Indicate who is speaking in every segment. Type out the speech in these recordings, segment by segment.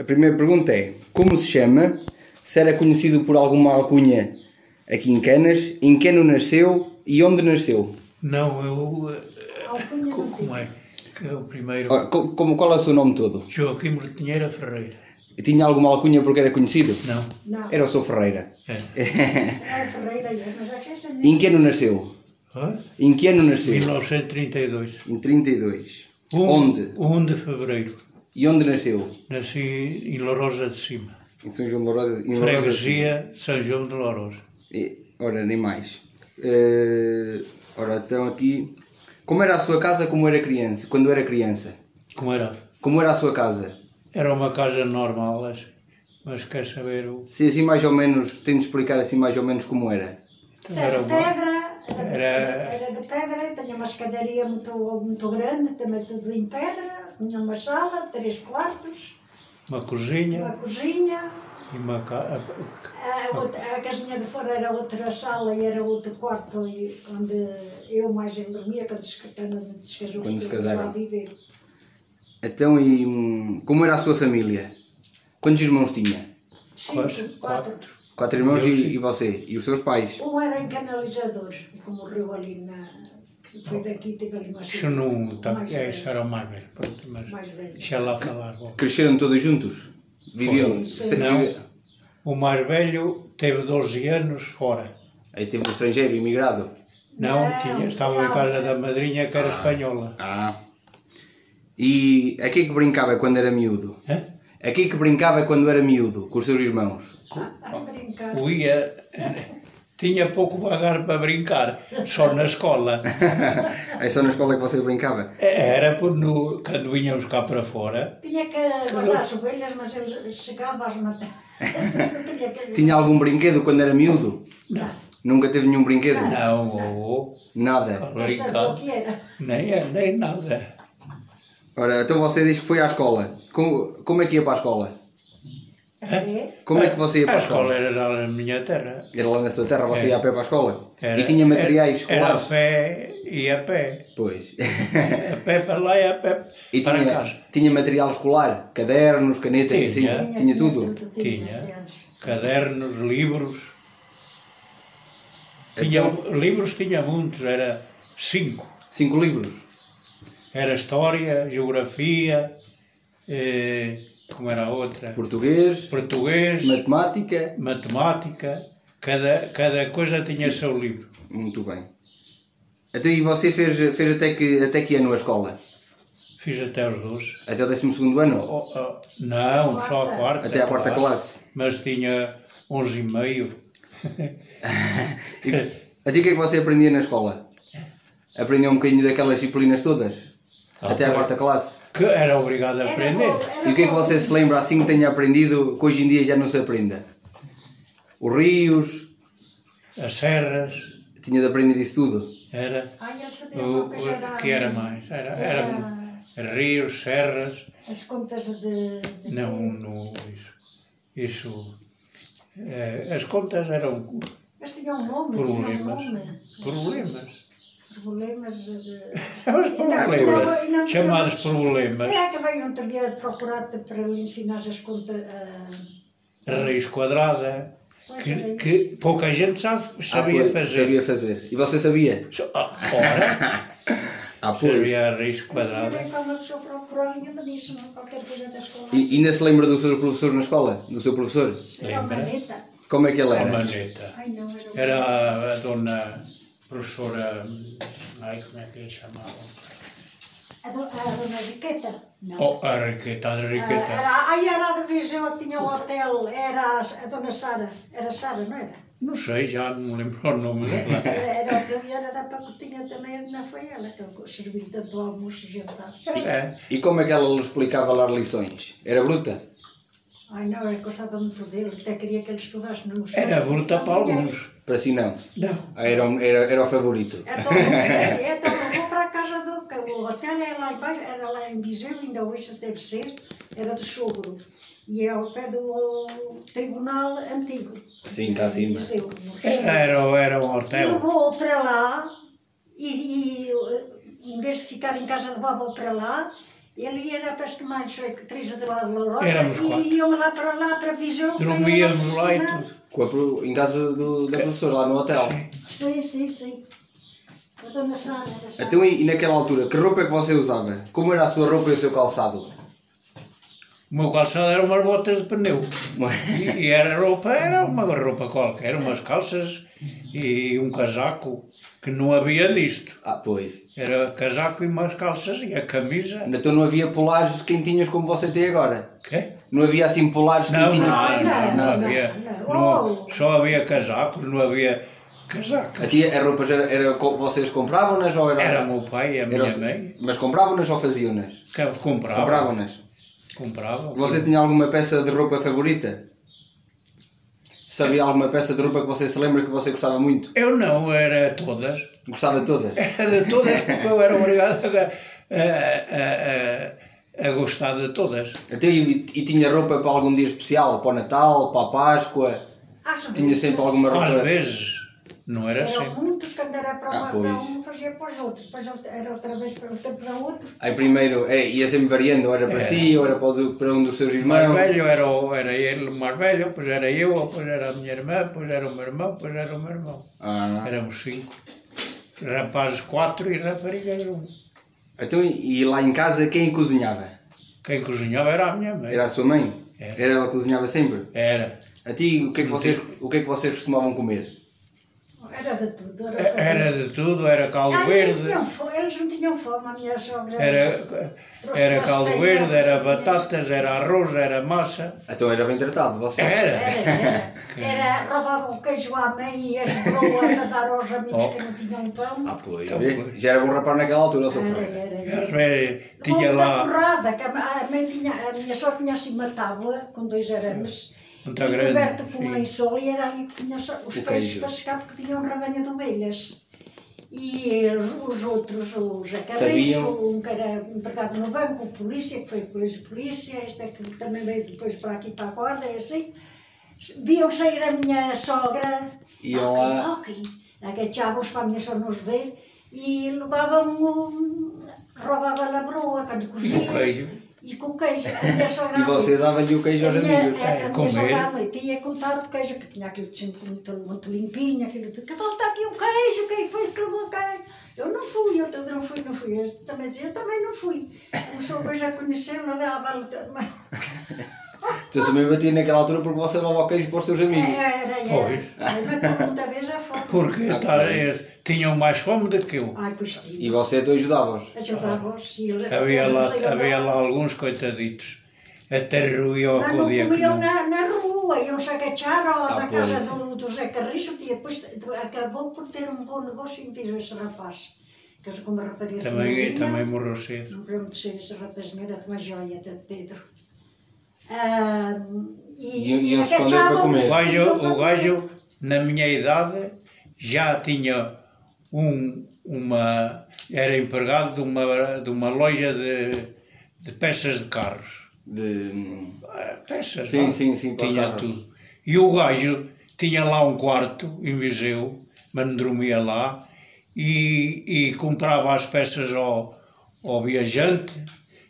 Speaker 1: A primeira pergunta é: como se chama? Se era conhecido por alguma alcunha aqui em Canas? Em que ano nasceu e onde nasceu?
Speaker 2: Não, eu. eh, co- Como é? Que é o primeiro.
Speaker 1: Ah, co- Como, qual é o seu nome todo?
Speaker 2: Joaquim Retinheira Ferreira.
Speaker 1: Tinha alguma alcunha porque era conhecido?
Speaker 2: Não.
Speaker 3: Não,
Speaker 2: Eh.
Speaker 1: Era o seu Ferreira.
Speaker 2: É.
Speaker 1: em
Speaker 3: era Ferreira, mas acho que essa não.
Speaker 1: que ano nasceu?
Speaker 2: Hã?
Speaker 1: Em que ano nasceu?
Speaker 2: 1932.
Speaker 1: Em 32.
Speaker 2: Um-
Speaker 1: Onde?
Speaker 2: 1 de fevereiro.
Speaker 1: E onde nasceu?
Speaker 2: Nasci em Lourosa de Cima.
Speaker 1: Em São João de Lourosa. em Lourosa-
Speaker 2: Freguesia São João de Lourosa.
Speaker 1: E- Ora, nem mais. Eh, ora, então aqui. Como era a sua casa como era criança, quando era criança?
Speaker 2: Como era?
Speaker 1: Como era a sua casa?
Speaker 2: Era uma casa normal, assim, mas quer saber o.
Speaker 1: Se assim mais ou menos, tem de explicar assim mais ou menos como era.
Speaker 2: Então
Speaker 3: Era
Speaker 2: Era
Speaker 3: de
Speaker 2: uma...
Speaker 3: pedra, era, de- era de pedra, tinha uma escadaria muito, muito grande, também tudo em pedra, tinha uma sala, três quartos,
Speaker 2: uma
Speaker 3: uma
Speaker 2: cozinha
Speaker 3: cozinha,
Speaker 2: e uma casa.
Speaker 3: a, outra- a casinha de fora era outra sala e era outro quarto e- onde eu mais eu dormia quando se, quando se casou
Speaker 1: Quando se
Speaker 3: estive
Speaker 1: casaram.
Speaker 3: lá a viver.
Speaker 1: Então, e hum, como era a sua família? Quantos irmãos tinha?
Speaker 3: Cinco,
Speaker 2: Quatro,
Speaker 3: quatro.
Speaker 1: Quatro irmãos
Speaker 2: Eu,
Speaker 1: e,
Speaker 2: sim.
Speaker 1: e você? E os seus pais?
Speaker 3: Um era em canalizador, que morreu ali na. que Foi daqui e teve ali uma
Speaker 2: Isso não. Tá,
Speaker 3: mais
Speaker 2: é,
Speaker 3: velho.
Speaker 2: isso era o mais velho. Pronto, mas.
Speaker 3: Mais velho.
Speaker 2: Deixa lá falar. bom.
Speaker 1: Cresceram todos juntos? Viviam?
Speaker 3: Sim.
Speaker 1: se-
Speaker 2: Não. O mais velho teve 12 anos fora.
Speaker 1: Aí teve um estrangeiro, imigrado.
Speaker 2: Não,
Speaker 3: Não,
Speaker 2: tinha, estava em
Speaker 3: não.
Speaker 2: casa da madrinha que era espanhola.
Speaker 1: Ah. E a que é que brincava quando era miúdo?
Speaker 2: Hã?
Speaker 1: A que é que brincava quando era miúdo, com os seus irmãos?
Speaker 3: Ah, A brincar.
Speaker 2: O ia. Tinha pouco vagar para brincar, só na escola.
Speaker 1: é só na escola que você brincava?
Speaker 2: Era por no, quando vinhamos cá para fora.
Speaker 3: Tinha que matar as ovelhas, mas eu chegava às matar. Tinha que...
Speaker 1: Tinha algum brinquedo quando era miúdo?
Speaker 2: Não,
Speaker 1: Nunca teve nenhum brinquedo?
Speaker 2: não, ou-
Speaker 1: Nada.
Speaker 3: não sabia o que era.
Speaker 2: nem, nem nada.
Speaker 1: Ora, então você diz que foi à escola. Como, como é que ia para a escola?
Speaker 3: É?
Speaker 1: Como é que você ia para
Speaker 2: A escola era lá na minha terra.
Speaker 1: Era lá na sua terra, você
Speaker 2: É.
Speaker 1: ia a pé para a escola.
Speaker 2: Era-
Speaker 1: e tinha materiais
Speaker 2: era, era a
Speaker 1: escolares.
Speaker 2: pé e a pé.
Speaker 1: Pois.
Speaker 2: A pé para lá e a pé
Speaker 1: e
Speaker 2: para
Speaker 1: tinha,
Speaker 2: casa.
Speaker 1: tinha material escolar, cadernos, canetas,
Speaker 2: Tinha.
Speaker 1: assim. Tinha, tudo.
Speaker 2: Tinha cadernos, livros. Tinha, um,
Speaker 1: Então,
Speaker 2: livros tinha muitos, era cinco.
Speaker 1: cinco livros.
Speaker 2: Era história, geografia, eh, como era a outra?
Speaker 1: Português,
Speaker 2: Português,
Speaker 1: matemática.
Speaker 2: matemática, cada, cada coisa tinha seu livro.
Speaker 1: Muito bem. Então, e você fez, fez até, que, até que ano a escola?
Speaker 2: Fiz até os 12.
Speaker 1: Até o 12 ano?
Speaker 2: Oh, oh, não, só a quarta.
Speaker 1: Até à quarta classe.
Speaker 2: Mas tinha 11 e meio.
Speaker 1: E, até o que é que você aprendia na escola? Aprendeu um bocadinho daquelas disciplinas todas?
Speaker 2: É. Ah,
Speaker 1: até à
Speaker 2: foi.
Speaker 1: quarta classe?
Speaker 2: Que era obrigado a aprender.
Speaker 1: E o que é que você se lembra assim que tenha aprendido que hoje em dia já não se aprenda? Os rios,
Speaker 2: As serras,
Speaker 1: tinha de aprender isso tudo.
Speaker 2: era.
Speaker 3: Ai, ele sabia
Speaker 2: O,
Speaker 3: uma
Speaker 2: o-
Speaker 3: coisa da-
Speaker 2: que era mais? Era, era rios, serras.
Speaker 3: As contas de... de-
Speaker 2: Não, não isso. Isso. eh, as contas eram
Speaker 3: Mas tinha um nome,
Speaker 2: problemas.
Speaker 3: tinha um nome.
Speaker 2: Problemas.
Speaker 3: Problemas de...
Speaker 2: Os
Speaker 3: não, não, não.
Speaker 2: problemas. Chamados problemas.
Speaker 3: É que veio um dia procurar-te para lhe ensinar as contas... ah,
Speaker 2: Raiz quadrada.
Speaker 3: Pois era
Speaker 2: Que,
Speaker 3: isso.
Speaker 2: que pouca gente sabe- sabia
Speaker 1: pois,
Speaker 2: fazer.
Speaker 1: Sabia fazer. E você sabia?
Speaker 2: Só- ah, Ora,
Speaker 1: Ah, pois.
Speaker 2: sabia a raiz
Speaker 3: Eu
Speaker 2: quadrada.
Speaker 3: nem quando a pessoa procurou nenhuma disso, não qualquer coisa da escola.
Speaker 1: E ainda se lembra do seu professor na escola? Do seu professor?
Speaker 3: Será uma
Speaker 2: lembra?
Speaker 3: neta?
Speaker 1: Como é que ele
Speaker 2: A
Speaker 1: era?
Speaker 2: maneta.
Speaker 3: Ai não, era
Speaker 2: Era a, a dona professora. Ai, como é que lhe chamavam?
Speaker 3: a, do, a dona Riqueta. Não.
Speaker 2: Oh, a Riqueta, a
Speaker 3: Era,
Speaker 2: Riqueta.
Speaker 3: era, ai, era de Viseu, tinha um hotel, era a dona Sara. Era Sara, não era?
Speaker 2: Não sei, já não lembro o nome dela.
Speaker 3: Era, era o que era da Pacotinha também, não foi ela que serviu tanto almoço e jantar.
Speaker 2: Era.
Speaker 1: E como é que ela lhe explicava lá lições? Era bruta?
Speaker 3: Ai não, eu gostava muito dele, um até queria que ele estudasse no
Speaker 2: Era bruta para alguns.
Speaker 1: Para si não.
Speaker 2: Não.
Speaker 1: Ah, Era, um- era, era o favorito.
Speaker 3: Então, então eu vou para a casa do. que O hotel é lá embaixo, era lá em Viseu, ainda hoje deve ser, era do sogro. E é ao pé do tribunal antigo.
Speaker 1: Sim, tá assim, cá
Speaker 3: Em
Speaker 1: acima.
Speaker 3: Viseu, no Recife.
Speaker 2: Era, era, era um
Speaker 3: Eu
Speaker 2: hotel.
Speaker 3: vou para lá e, e, eh, em vez de ficar em casa, levava para lá Ele ia lá para as Comandos, é três de lá de Lourosa,
Speaker 2: Éramos quatro.
Speaker 3: e iam lá para lá, para Viseu. para
Speaker 2: Dormíamos lá e
Speaker 3: ensinar.
Speaker 2: tudo.
Speaker 1: Com a pro- em casa do- da professora, lá no hotel.
Speaker 3: Sim, sim, sim. A dona Sara, a Sara.
Speaker 1: Então e, e naquela altura, que roupa é que você usava? Como era a sua roupa e o seu calçado?
Speaker 2: O meu calçado era umas botas de pneu. E, e a roupa era uma roupa qualquer, umas calças e um casaco, que não havia disto.
Speaker 1: Ah, pois.
Speaker 2: Era casaco e umas calças e a camisa.
Speaker 1: Então não havia polares quentinhas como você tem agora?
Speaker 2: Quê?
Speaker 1: Não havia assim polares
Speaker 2: Não,
Speaker 1: quentinhas?
Speaker 2: não, não, não
Speaker 3: não,
Speaker 2: havia.
Speaker 3: não.
Speaker 2: não-
Speaker 3: Oh.
Speaker 2: só havia casacos, não havia casaca.
Speaker 1: A tia, as roupas era, era co- vocês compravam-nas ou era...
Speaker 2: Era o meu pai e a minha
Speaker 1: era-
Speaker 2: mãe
Speaker 1: Mas compravam-nas ou faziam-nas?
Speaker 2: que comprava.
Speaker 1: Compravam-nas.
Speaker 2: comprava.
Speaker 1: Você tinha alguma peça de roupa favorita? Sabia alguma peça de roupa que você se lembra que você gostava muito?
Speaker 2: Eu não, era todas.
Speaker 1: Gostava de todas?
Speaker 2: Era de todas porque eu era obrigado a, a- a- a- a gostar de todas.
Speaker 1: Até Então, e, e tinha roupa para algum dia especial? Para o Natal, para a Páscoa?
Speaker 3: Às
Speaker 1: Tinha
Speaker 3: vezes,
Speaker 1: sempre alguma roupa?
Speaker 2: Às vezes, não era
Speaker 3: Eram
Speaker 2: assim.
Speaker 3: muitos, quando era para,
Speaker 1: Ah,
Speaker 3: uma,
Speaker 1: pois.
Speaker 3: para um, fazia para os outros. Depois outra- era outra vez para outro, para outro.
Speaker 1: Aí primeiro é, ia sempre variando, ou era para si, ou era para, o do- para um dos seus
Speaker 2: É. Mais
Speaker 1: irmãos.
Speaker 2: velho era, o- era ele o mais velho, depois era eu, depois era a minha irmã, depois era o meu irmão, depois era o meu irmão.
Speaker 1: Ah.
Speaker 2: Éramos cinco. Rapazes quatro e raparigas um.
Speaker 1: Então, e e lá em casa quem cozinhava?
Speaker 2: Quem cozinhava era a minha mãe.
Speaker 1: Era a sua mãe?
Speaker 2: Era.
Speaker 1: Era ela que cozinhava sempre?
Speaker 2: Era.
Speaker 1: A ti, o que é que vocês, o que é que vocês costumavam comer?
Speaker 3: Era de tudo. Era,
Speaker 2: E- É, Era de tudo, era caldo
Speaker 3: Ah, eles,
Speaker 2: verde,
Speaker 3: não tinham fo- eles não tinham fome, a minha sogra.
Speaker 2: era, era caldo verde, era batatas, era arroz, era massa.
Speaker 1: Então era bem tratado, você?
Speaker 2: Era.
Speaker 3: Era, era. Era, roubava o queijo à mãe e as broas a dar aos amigos
Speaker 2: Oh.
Speaker 3: que não tinham um pão.
Speaker 1: Ah, pois.
Speaker 2: Então,
Speaker 1: vê?
Speaker 2: pois.
Speaker 1: Já era bom rapar naquela altura, o seu
Speaker 3: era,
Speaker 1: Freire.
Speaker 3: era, era.
Speaker 2: Às vezes
Speaker 3: Tinha
Speaker 2: tinha lá
Speaker 3: porrada, que a, a mãe tinha, a minha sogra tinha assim uma tábua com dois arames.
Speaker 2: Muito
Speaker 3: e
Speaker 2: grande,
Speaker 3: coberto com um
Speaker 2: sim.
Speaker 3: lençol e era ali que tinha só- os
Speaker 1: O
Speaker 3: peixes
Speaker 1: queijo.
Speaker 3: para secar porque tinha um rebanho de ovelhas. E os, os outros, o
Speaker 1: Sabiam.
Speaker 3: jacarriço, um que era empregado no banco, o polícia, que foi depois polícia, esta que também veio depois para aqui para a guarda, e assim. Viam sair a minha sogra,
Speaker 1: E ela-
Speaker 3: ok, agachavam-se para a minha sogra nos ver e levavam o... roubava a broa quando cozia.
Speaker 2: o queijo.
Speaker 3: E com queijo. A minha sogra
Speaker 1: E
Speaker 3: à
Speaker 1: você
Speaker 3: noite-
Speaker 1: dava-lhe o queijo aos
Speaker 3: a minha-
Speaker 1: amigos.
Speaker 3: A, a minha
Speaker 2: comer.
Speaker 3: sogra é, à noite ia contar o queijo, que tinha aquilo de sempre muito, muito limpinho, aquilo de que falta aqui um queijo, quem foi que levou o queijo? Eu não fui, eu também não fui, não fui. Eu também dizia, eu também não fui. O senhor já conheceu, não dava
Speaker 1: Então também batia naquela altura porque você dava o queijo para
Speaker 3: É,
Speaker 1: os seus amigos.
Speaker 3: Era, era.
Speaker 2: Pois.
Speaker 3: Mas muita vez já foi.
Speaker 2: Porque
Speaker 1: Ah,
Speaker 2: tal-
Speaker 1: pois.
Speaker 2: eles tinham mais fome do que eu.
Speaker 3: Ai, Cristina.
Speaker 1: E você então ajudava-os.
Speaker 3: Ajudava-os. e eles-
Speaker 2: Havia
Speaker 3: eles não
Speaker 2: lá,
Speaker 3: saíam
Speaker 2: havia
Speaker 3: nada.
Speaker 2: lá alguns coitaditos. Até ruíam
Speaker 3: Mas
Speaker 2: com
Speaker 3: Ah, não
Speaker 2: o dia que
Speaker 3: comiam
Speaker 2: não.
Speaker 3: na, na rua, iam-se agachar ao-
Speaker 1: Ah,
Speaker 3: na
Speaker 1: pois.
Speaker 3: casa do, do Zé Carriço, que depois de- acabou por ter um bom negócio e fez esse rapaz. Que eles como rapariga
Speaker 2: Também,
Speaker 3: tinha,
Speaker 2: também morreu cedo.
Speaker 3: Não podemos dizer esse rapazinho era de uma joia de Pedro. Ah,
Speaker 1: E- e iam-se esconder para
Speaker 3: agachavam-se,
Speaker 1: comer.
Speaker 2: O gajo,
Speaker 3: iam para
Speaker 2: o
Speaker 3: comer.
Speaker 2: gajo, na minha idade, já tinha um, uma. Era empregado de uma, de uma loja de, de peças de carros.
Speaker 1: De...
Speaker 2: Ah, Peças,
Speaker 1: Sim,
Speaker 2: não?
Speaker 1: sim, sim, para os
Speaker 2: Tinha
Speaker 1: carros.
Speaker 2: tudo. E o gajo tinha lá um quarto em Viseu, mas não dormia lá, e, e comprava as peças ao, ao viajante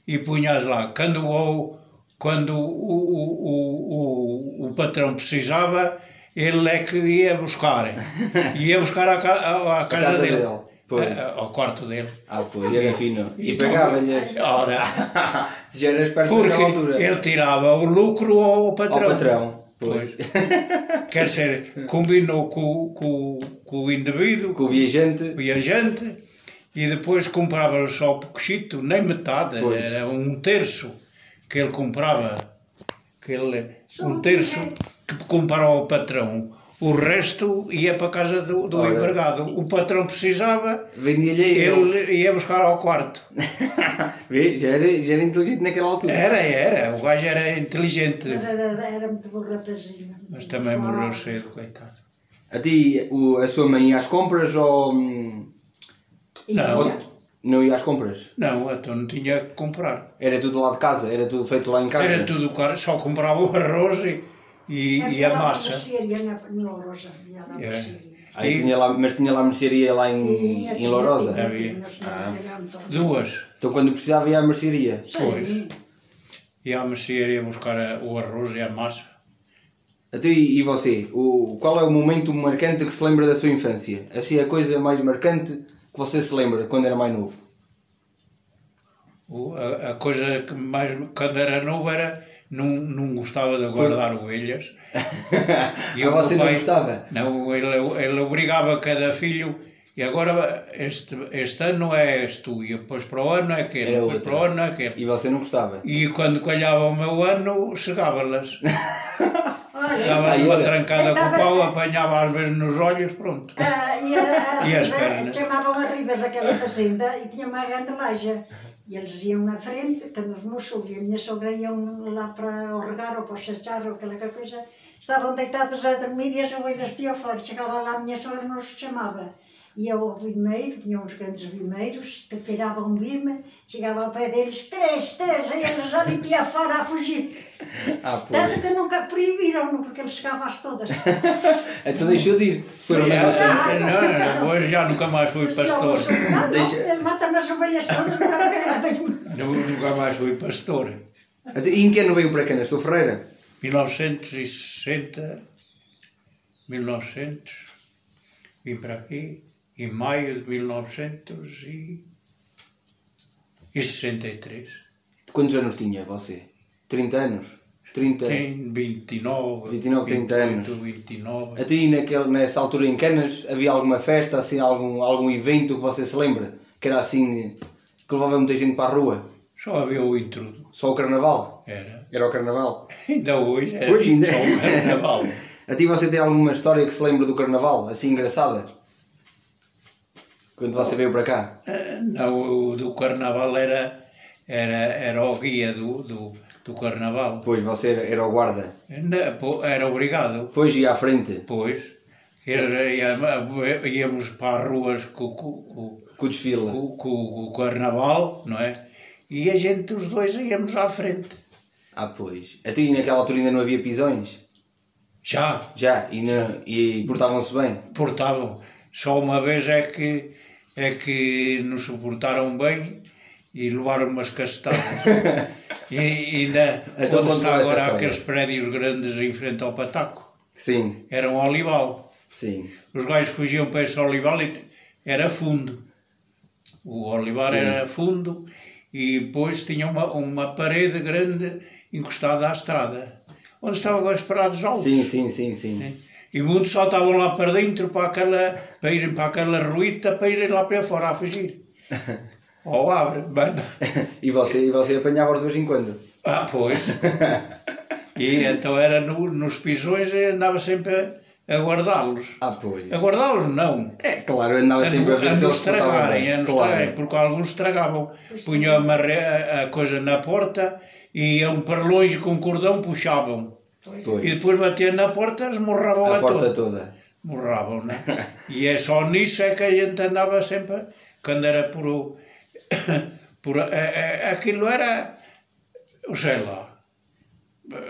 Speaker 2: e punhas lá. Quando o, quando o, o, o, o, o patrão precisava, ele é que ia buscar. Ia buscar à, ca- à, à casa,
Speaker 1: casa
Speaker 2: dele,
Speaker 1: dele, pois.
Speaker 2: a- ao quarto dele.
Speaker 1: Ah, pois, era fino. E
Speaker 2: Então,
Speaker 1: pagava-lhe.
Speaker 2: Ora,
Speaker 1: Já era esperto naquela altura.
Speaker 2: porque ele tirava o lucro ao patrão.
Speaker 1: Ao patrão. Pois.
Speaker 2: Pois. Quer dizer, combinou com, com, com o indivíduo,
Speaker 1: Com
Speaker 2: com
Speaker 1: o viajante.
Speaker 2: o viajante, e depois comprava só pouquinho, nem metade,
Speaker 1: Pois.
Speaker 2: era um terço que ele comprava, que ele,
Speaker 3: Só
Speaker 2: um
Speaker 3: um
Speaker 2: terço
Speaker 3: dinheiro.
Speaker 2: que comprava ao patrão. O resto ia para a casa do, do
Speaker 1: Ora.
Speaker 2: empregado. O patrão precisava,
Speaker 1: Vendia-lhe ele.
Speaker 2: ele ia buscar ao quarto.
Speaker 1: Vê, já era, já era inteligente naquela altura.
Speaker 2: Era, era, o gajo era inteligente,
Speaker 3: Mas era, era muito bom rapazinho.
Speaker 2: mas também morreu
Speaker 3: Ah.
Speaker 2: cedo, coitado.
Speaker 1: A ti, o- a sua mãe ia às compras ou. hum,
Speaker 3: E
Speaker 2: Não.
Speaker 1: ou
Speaker 3: tinha-
Speaker 1: não ia às compras?
Speaker 2: Não, então não tinha que comprar.
Speaker 1: Era tudo lá de casa, era tudo feito lá em casa.
Speaker 2: Era tudo caro, só comprava o arroz e, e, e
Speaker 3: Havia
Speaker 2: a
Speaker 3: lá uma
Speaker 2: massa.
Speaker 3: mercearia na- no Ourosa, havia lá uma
Speaker 2: Era.
Speaker 3: mercearia.
Speaker 1: Aí
Speaker 2: E-
Speaker 1: tinha lá, mas tinha lá mercearia lá em,
Speaker 3: E aqui-
Speaker 1: em Lourosa.
Speaker 3: aqui- aqui
Speaker 2: Um Havia. Ah.
Speaker 3: nós trabalhámos todos.
Speaker 2: Duas.
Speaker 1: Então quando precisava ia à mercearia.
Speaker 2: Pois.
Speaker 3: Sim.
Speaker 2: E à mercearia buscar a- o arroz e a massa.
Speaker 1: Então, e, e você? O, qual é o momento marcante que se lembra da sua infância? Assim, a coisa mais marcante que você se lembra quando era mais novo?
Speaker 2: O- a, a coisa que mais, quando era novo, era, não, não gostava de guardar ovelhas.
Speaker 1: ah,
Speaker 2: o meu
Speaker 1: você não
Speaker 2: pai-
Speaker 1: gostava?
Speaker 2: Não, ele, ele obrigava cada filho. E agora, este, este ano és tu, e depois para o ano é aquele,
Speaker 1: Era
Speaker 2: depois
Speaker 1: outra.
Speaker 2: para o ano é aquele.
Speaker 1: E você não gostava?
Speaker 2: E quando calhava o meu ano, chegava-las.
Speaker 3: Olha,
Speaker 2: Dava
Speaker 1: Aí,
Speaker 2: uma
Speaker 1: olha.
Speaker 2: trancada com o
Speaker 3: Estava-
Speaker 2: pau, apanhava às vezes nos olhos, pronto.
Speaker 3: Ah, e era,
Speaker 2: E as
Speaker 3: Arriba-
Speaker 2: pernas?
Speaker 3: chamavam a Ribas aquela fazenda e tinha uma grande laja. E eles iam à frente, quando os meus sogros e a minha sogra iam lá para o regar ou para o chachar ou aquela coisa, estavam deitados a dormir e as ovelhas tinham fora. Chegava lá, a minha sogra nos chamava. Ia ao vimeiro, tinha uns grandes vimeiros, que tiravam um vime, chegava ao pé deles, três, três, e eles já limpia fora a fugir.
Speaker 1: Ah,
Speaker 3: Tanto
Speaker 1: pois.
Speaker 3: que nunca proibiram-no, porque eles chegavam às todas.
Speaker 1: Então deixou de ir. Foram
Speaker 2: Já-
Speaker 1: mesmo assim.
Speaker 2: não, não, hoje já nunca mais fui pastor.
Speaker 3: Não,
Speaker 1: Deixa-
Speaker 3: não, ele mata-me as ovelhas todas para pegar bem.
Speaker 2: Nu- Nunca mais fui pastor.
Speaker 1: Então, E em que ano veio para cá? Na sua Ferreira?
Speaker 2: 1960, 1900, vim para aqui em maio de 1963.
Speaker 1: Quantos anos tinha você? 30 anos? 30?
Speaker 2: Tem 29,
Speaker 1: 29, 30 anos.
Speaker 2: 29.
Speaker 1: Até aí naquele, nessa altura em Canas havia alguma festa, assim, algum, algum evento que você se lembra? Que era assim, que levava muita gente para a rua?
Speaker 2: Só havia o intrudo.
Speaker 1: Só o carnaval?
Speaker 2: Era.
Speaker 1: Era o carnaval?
Speaker 2: Ainda hoje é
Speaker 1: Pois ainda.
Speaker 2: só o carnaval.
Speaker 1: A ti você tem alguma história que se lembra do carnaval, assim engraçada? Quando você veio para cá?
Speaker 2: Eh, Não, o do carnaval era, era, era o guia do, do, do carnaval.
Speaker 1: Pois você era, era o guarda.
Speaker 2: Na- po- Era obrigado.
Speaker 1: Pois ia à frente,
Speaker 2: Pois, era- ia- íamos para as ruas com, com- com-
Speaker 1: com o desfile.
Speaker 2: com- com- com o carnaval, não é? E a gente, os dois, íamos à frente.
Speaker 1: Ah, pois. A ti naquela altura ainda não havia pisões?
Speaker 2: Já
Speaker 1: Já, e, não- e portavam-se bem?
Speaker 2: portavam. Só uma vez é que, é que nos suportaram bem e levaram umas castadas. e ainda,
Speaker 1: Então
Speaker 2: onde
Speaker 1: conta lá essa
Speaker 2: está agora
Speaker 1: história.
Speaker 2: aqueles prédios grandes em frente ao Pataco,
Speaker 1: Sim,
Speaker 2: era um olival.
Speaker 1: sim.
Speaker 2: Os gajos fugiam para esse olival e era fundo. O olivar era fundo e depois tinha uma, uma parede grande encostada à estrada, onde estavam os parados altos.
Speaker 1: Sim, sim, sim, sim.
Speaker 2: E muitos só estavam lá para dentro para, aquela, para irem para aquela ruíta para irem lá para fora a fugir. Ou abre, mano.
Speaker 1: E você, e você apanhava-os de vez em quando?
Speaker 2: Ah, pois. E então era no- nos pisões e andava sempre a, a guardá-los.
Speaker 1: Ah, pois.
Speaker 2: A guardá-los não,
Speaker 1: É, claro, andava
Speaker 2: a,
Speaker 1: sempre a ver
Speaker 2: a
Speaker 1: se
Speaker 2: nos
Speaker 1: eles portavam
Speaker 2: estragarem, a
Speaker 1: bem.
Speaker 2: nos
Speaker 1: Claro.
Speaker 2: estragarem, porque alguns estragavam. Punham a, marre- a- a coisa na porta e iam para longe com o cordão, puxavam.
Speaker 1: Pois.
Speaker 2: E depois batiam na porta, eles morravam a,
Speaker 1: A porta
Speaker 2: todos.
Speaker 1: toda.
Speaker 2: Morravam, né? e é só nisso é que a gente andava sempre, quando era eh, por. o- por a- a- a- aquilo era. eu sei lá.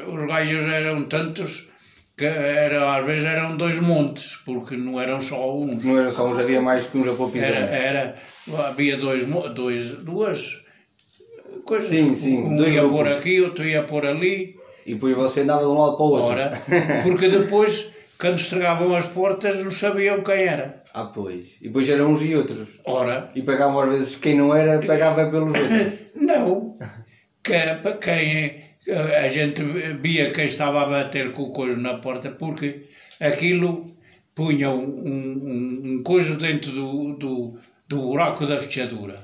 Speaker 2: Os gajos eram tantos que era, às vezes eram dois montes, porque não eram só uns.
Speaker 1: Não era só uns, havia mais que um uns a pôr pisões.
Speaker 2: Era, é. era, havia dois, mo- dois, duas coisas.
Speaker 1: Sim, sim,
Speaker 2: Um
Speaker 1: dois
Speaker 2: ia
Speaker 1: grupos.
Speaker 2: pôr aqui, outro ia pôr ali.
Speaker 1: E depois você andava de um lado para o outro.
Speaker 2: Ora, porque depois, quando estragavam as portas, não sabiam quem era.
Speaker 1: Ah, pois. E depois eram uns e outros.
Speaker 2: Ora,
Speaker 1: E pagavam às vezes quem não era, pagava pelos outros.
Speaker 2: não. Que, pa- quem, é, eh, a gente via quem estava a bater com o coiso na porta, porque aquilo punha um, um, um coiso dentro do, do, do buraco da fechadura,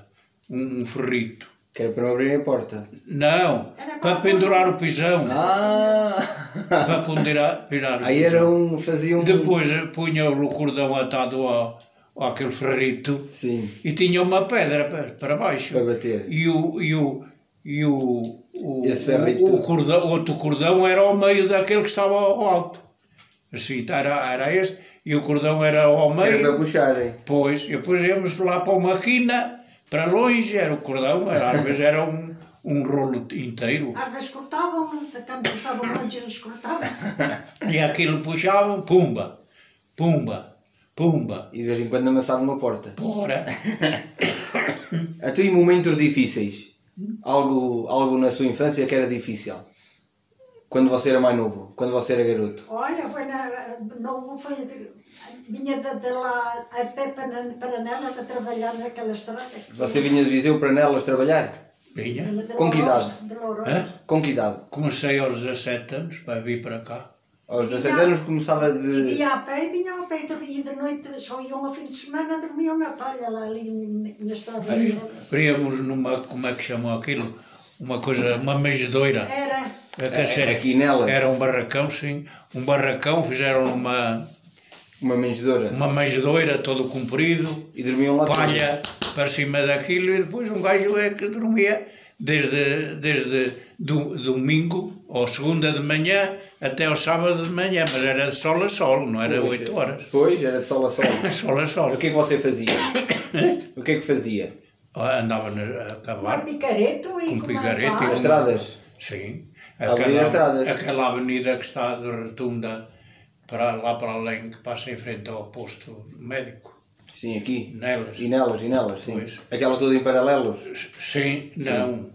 Speaker 2: um- um ferrito.
Speaker 1: Que era para não abrirem a porta.
Speaker 2: Não,
Speaker 3: Era para
Speaker 2: para pendurar o pisão.
Speaker 1: Ah!
Speaker 2: Para pendurar, pendurar o
Speaker 1: Aí era
Speaker 2: pisão.
Speaker 1: um. fazia um.
Speaker 2: Depois punha o cordão atado ao, àquele ferrito
Speaker 1: Sim.
Speaker 2: e tinha uma pedra para, para baixo.
Speaker 1: Para bater.
Speaker 2: E o, e o, e o, o,
Speaker 1: Esse ferrito.
Speaker 2: o, cordão, outro cordão era ao meio daquele que estava ao alto. Assim, era, era este. E o cordão era ao
Speaker 1: Era para
Speaker 2: meio.
Speaker 1: puxarem.
Speaker 2: Pois, e depois íamos lá para uma quina, para longe, era o cordão, era, às vezes era um, um rolo inteiro.
Speaker 3: Às vezes cortavam-me, também pensavam onde eles cortavam.
Speaker 2: E aquilo puxavam, pumba, pumba. Pumba!
Speaker 1: E de vez em quando amassava uma porta.
Speaker 2: Bora!
Speaker 1: Até em momentos difíceis. Algo, algo na sua infância que era difícil. Quando você era mais novo, quando você era garoto.
Speaker 3: Olha, foi na, não foi. Vinha de, de lá a pé para, para nelas a trabalhar naquela estrada.
Speaker 1: Você vinha de Viseu para Nelas trabalhar?
Speaker 2: Vinha.
Speaker 1: Com que idade?
Speaker 3: De Lourosa.
Speaker 2: Hã?
Speaker 1: Com que idade?
Speaker 2: Comecei aos 17 anos para vir para cá.
Speaker 1: Aos 17 anos começava de.
Speaker 3: Ia a pé e vinha ao pé e de noite só iam ao fim de semana, dormiam na palha lá ali na estrada.
Speaker 2: Queríamos numa, como é que chamam aquilo? Uma coisa, uma É manjedoira.
Speaker 3: Era.
Speaker 2: A terceira.
Speaker 1: É, aqui nelas?
Speaker 2: Era um barracão, sim. Um barracão, fizeram uma,
Speaker 1: Uma manjedora.
Speaker 2: uma manjedoira todo comprido,
Speaker 1: E dormiam lá todos.
Speaker 2: palha para cima daquilo e depois um gajo é que dormia desde, desde do, domingo ou segunda de manhã até ao sábado de manhã, mas era de sol a sol, não era
Speaker 1: Pois, é.
Speaker 2: oito horas.
Speaker 1: Pois, era de sol a sol.
Speaker 2: Sol a sol.
Speaker 1: o que é que você fazia? o que é que fazia?
Speaker 2: Andava na- a
Speaker 3: Com
Speaker 2: cavar.
Speaker 3: picareto e
Speaker 2: Com
Speaker 3: a
Speaker 2: picareto e
Speaker 1: As
Speaker 3: vara.
Speaker 2: com-
Speaker 1: estradas?
Speaker 2: Sim.
Speaker 1: Abrir as estradas.
Speaker 2: aquela avenida que está de rotunda para lá para além, que passa em frente ao posto médico.
Speaker 1: Sim, aqui.
Speaker 2: Nelas.
Speaker 1: E nelas, e nelas, sim.
Speaker 2: Pois.
Speaker 1: Aquela toda em paralelos.
Speaker 2: Sim, não.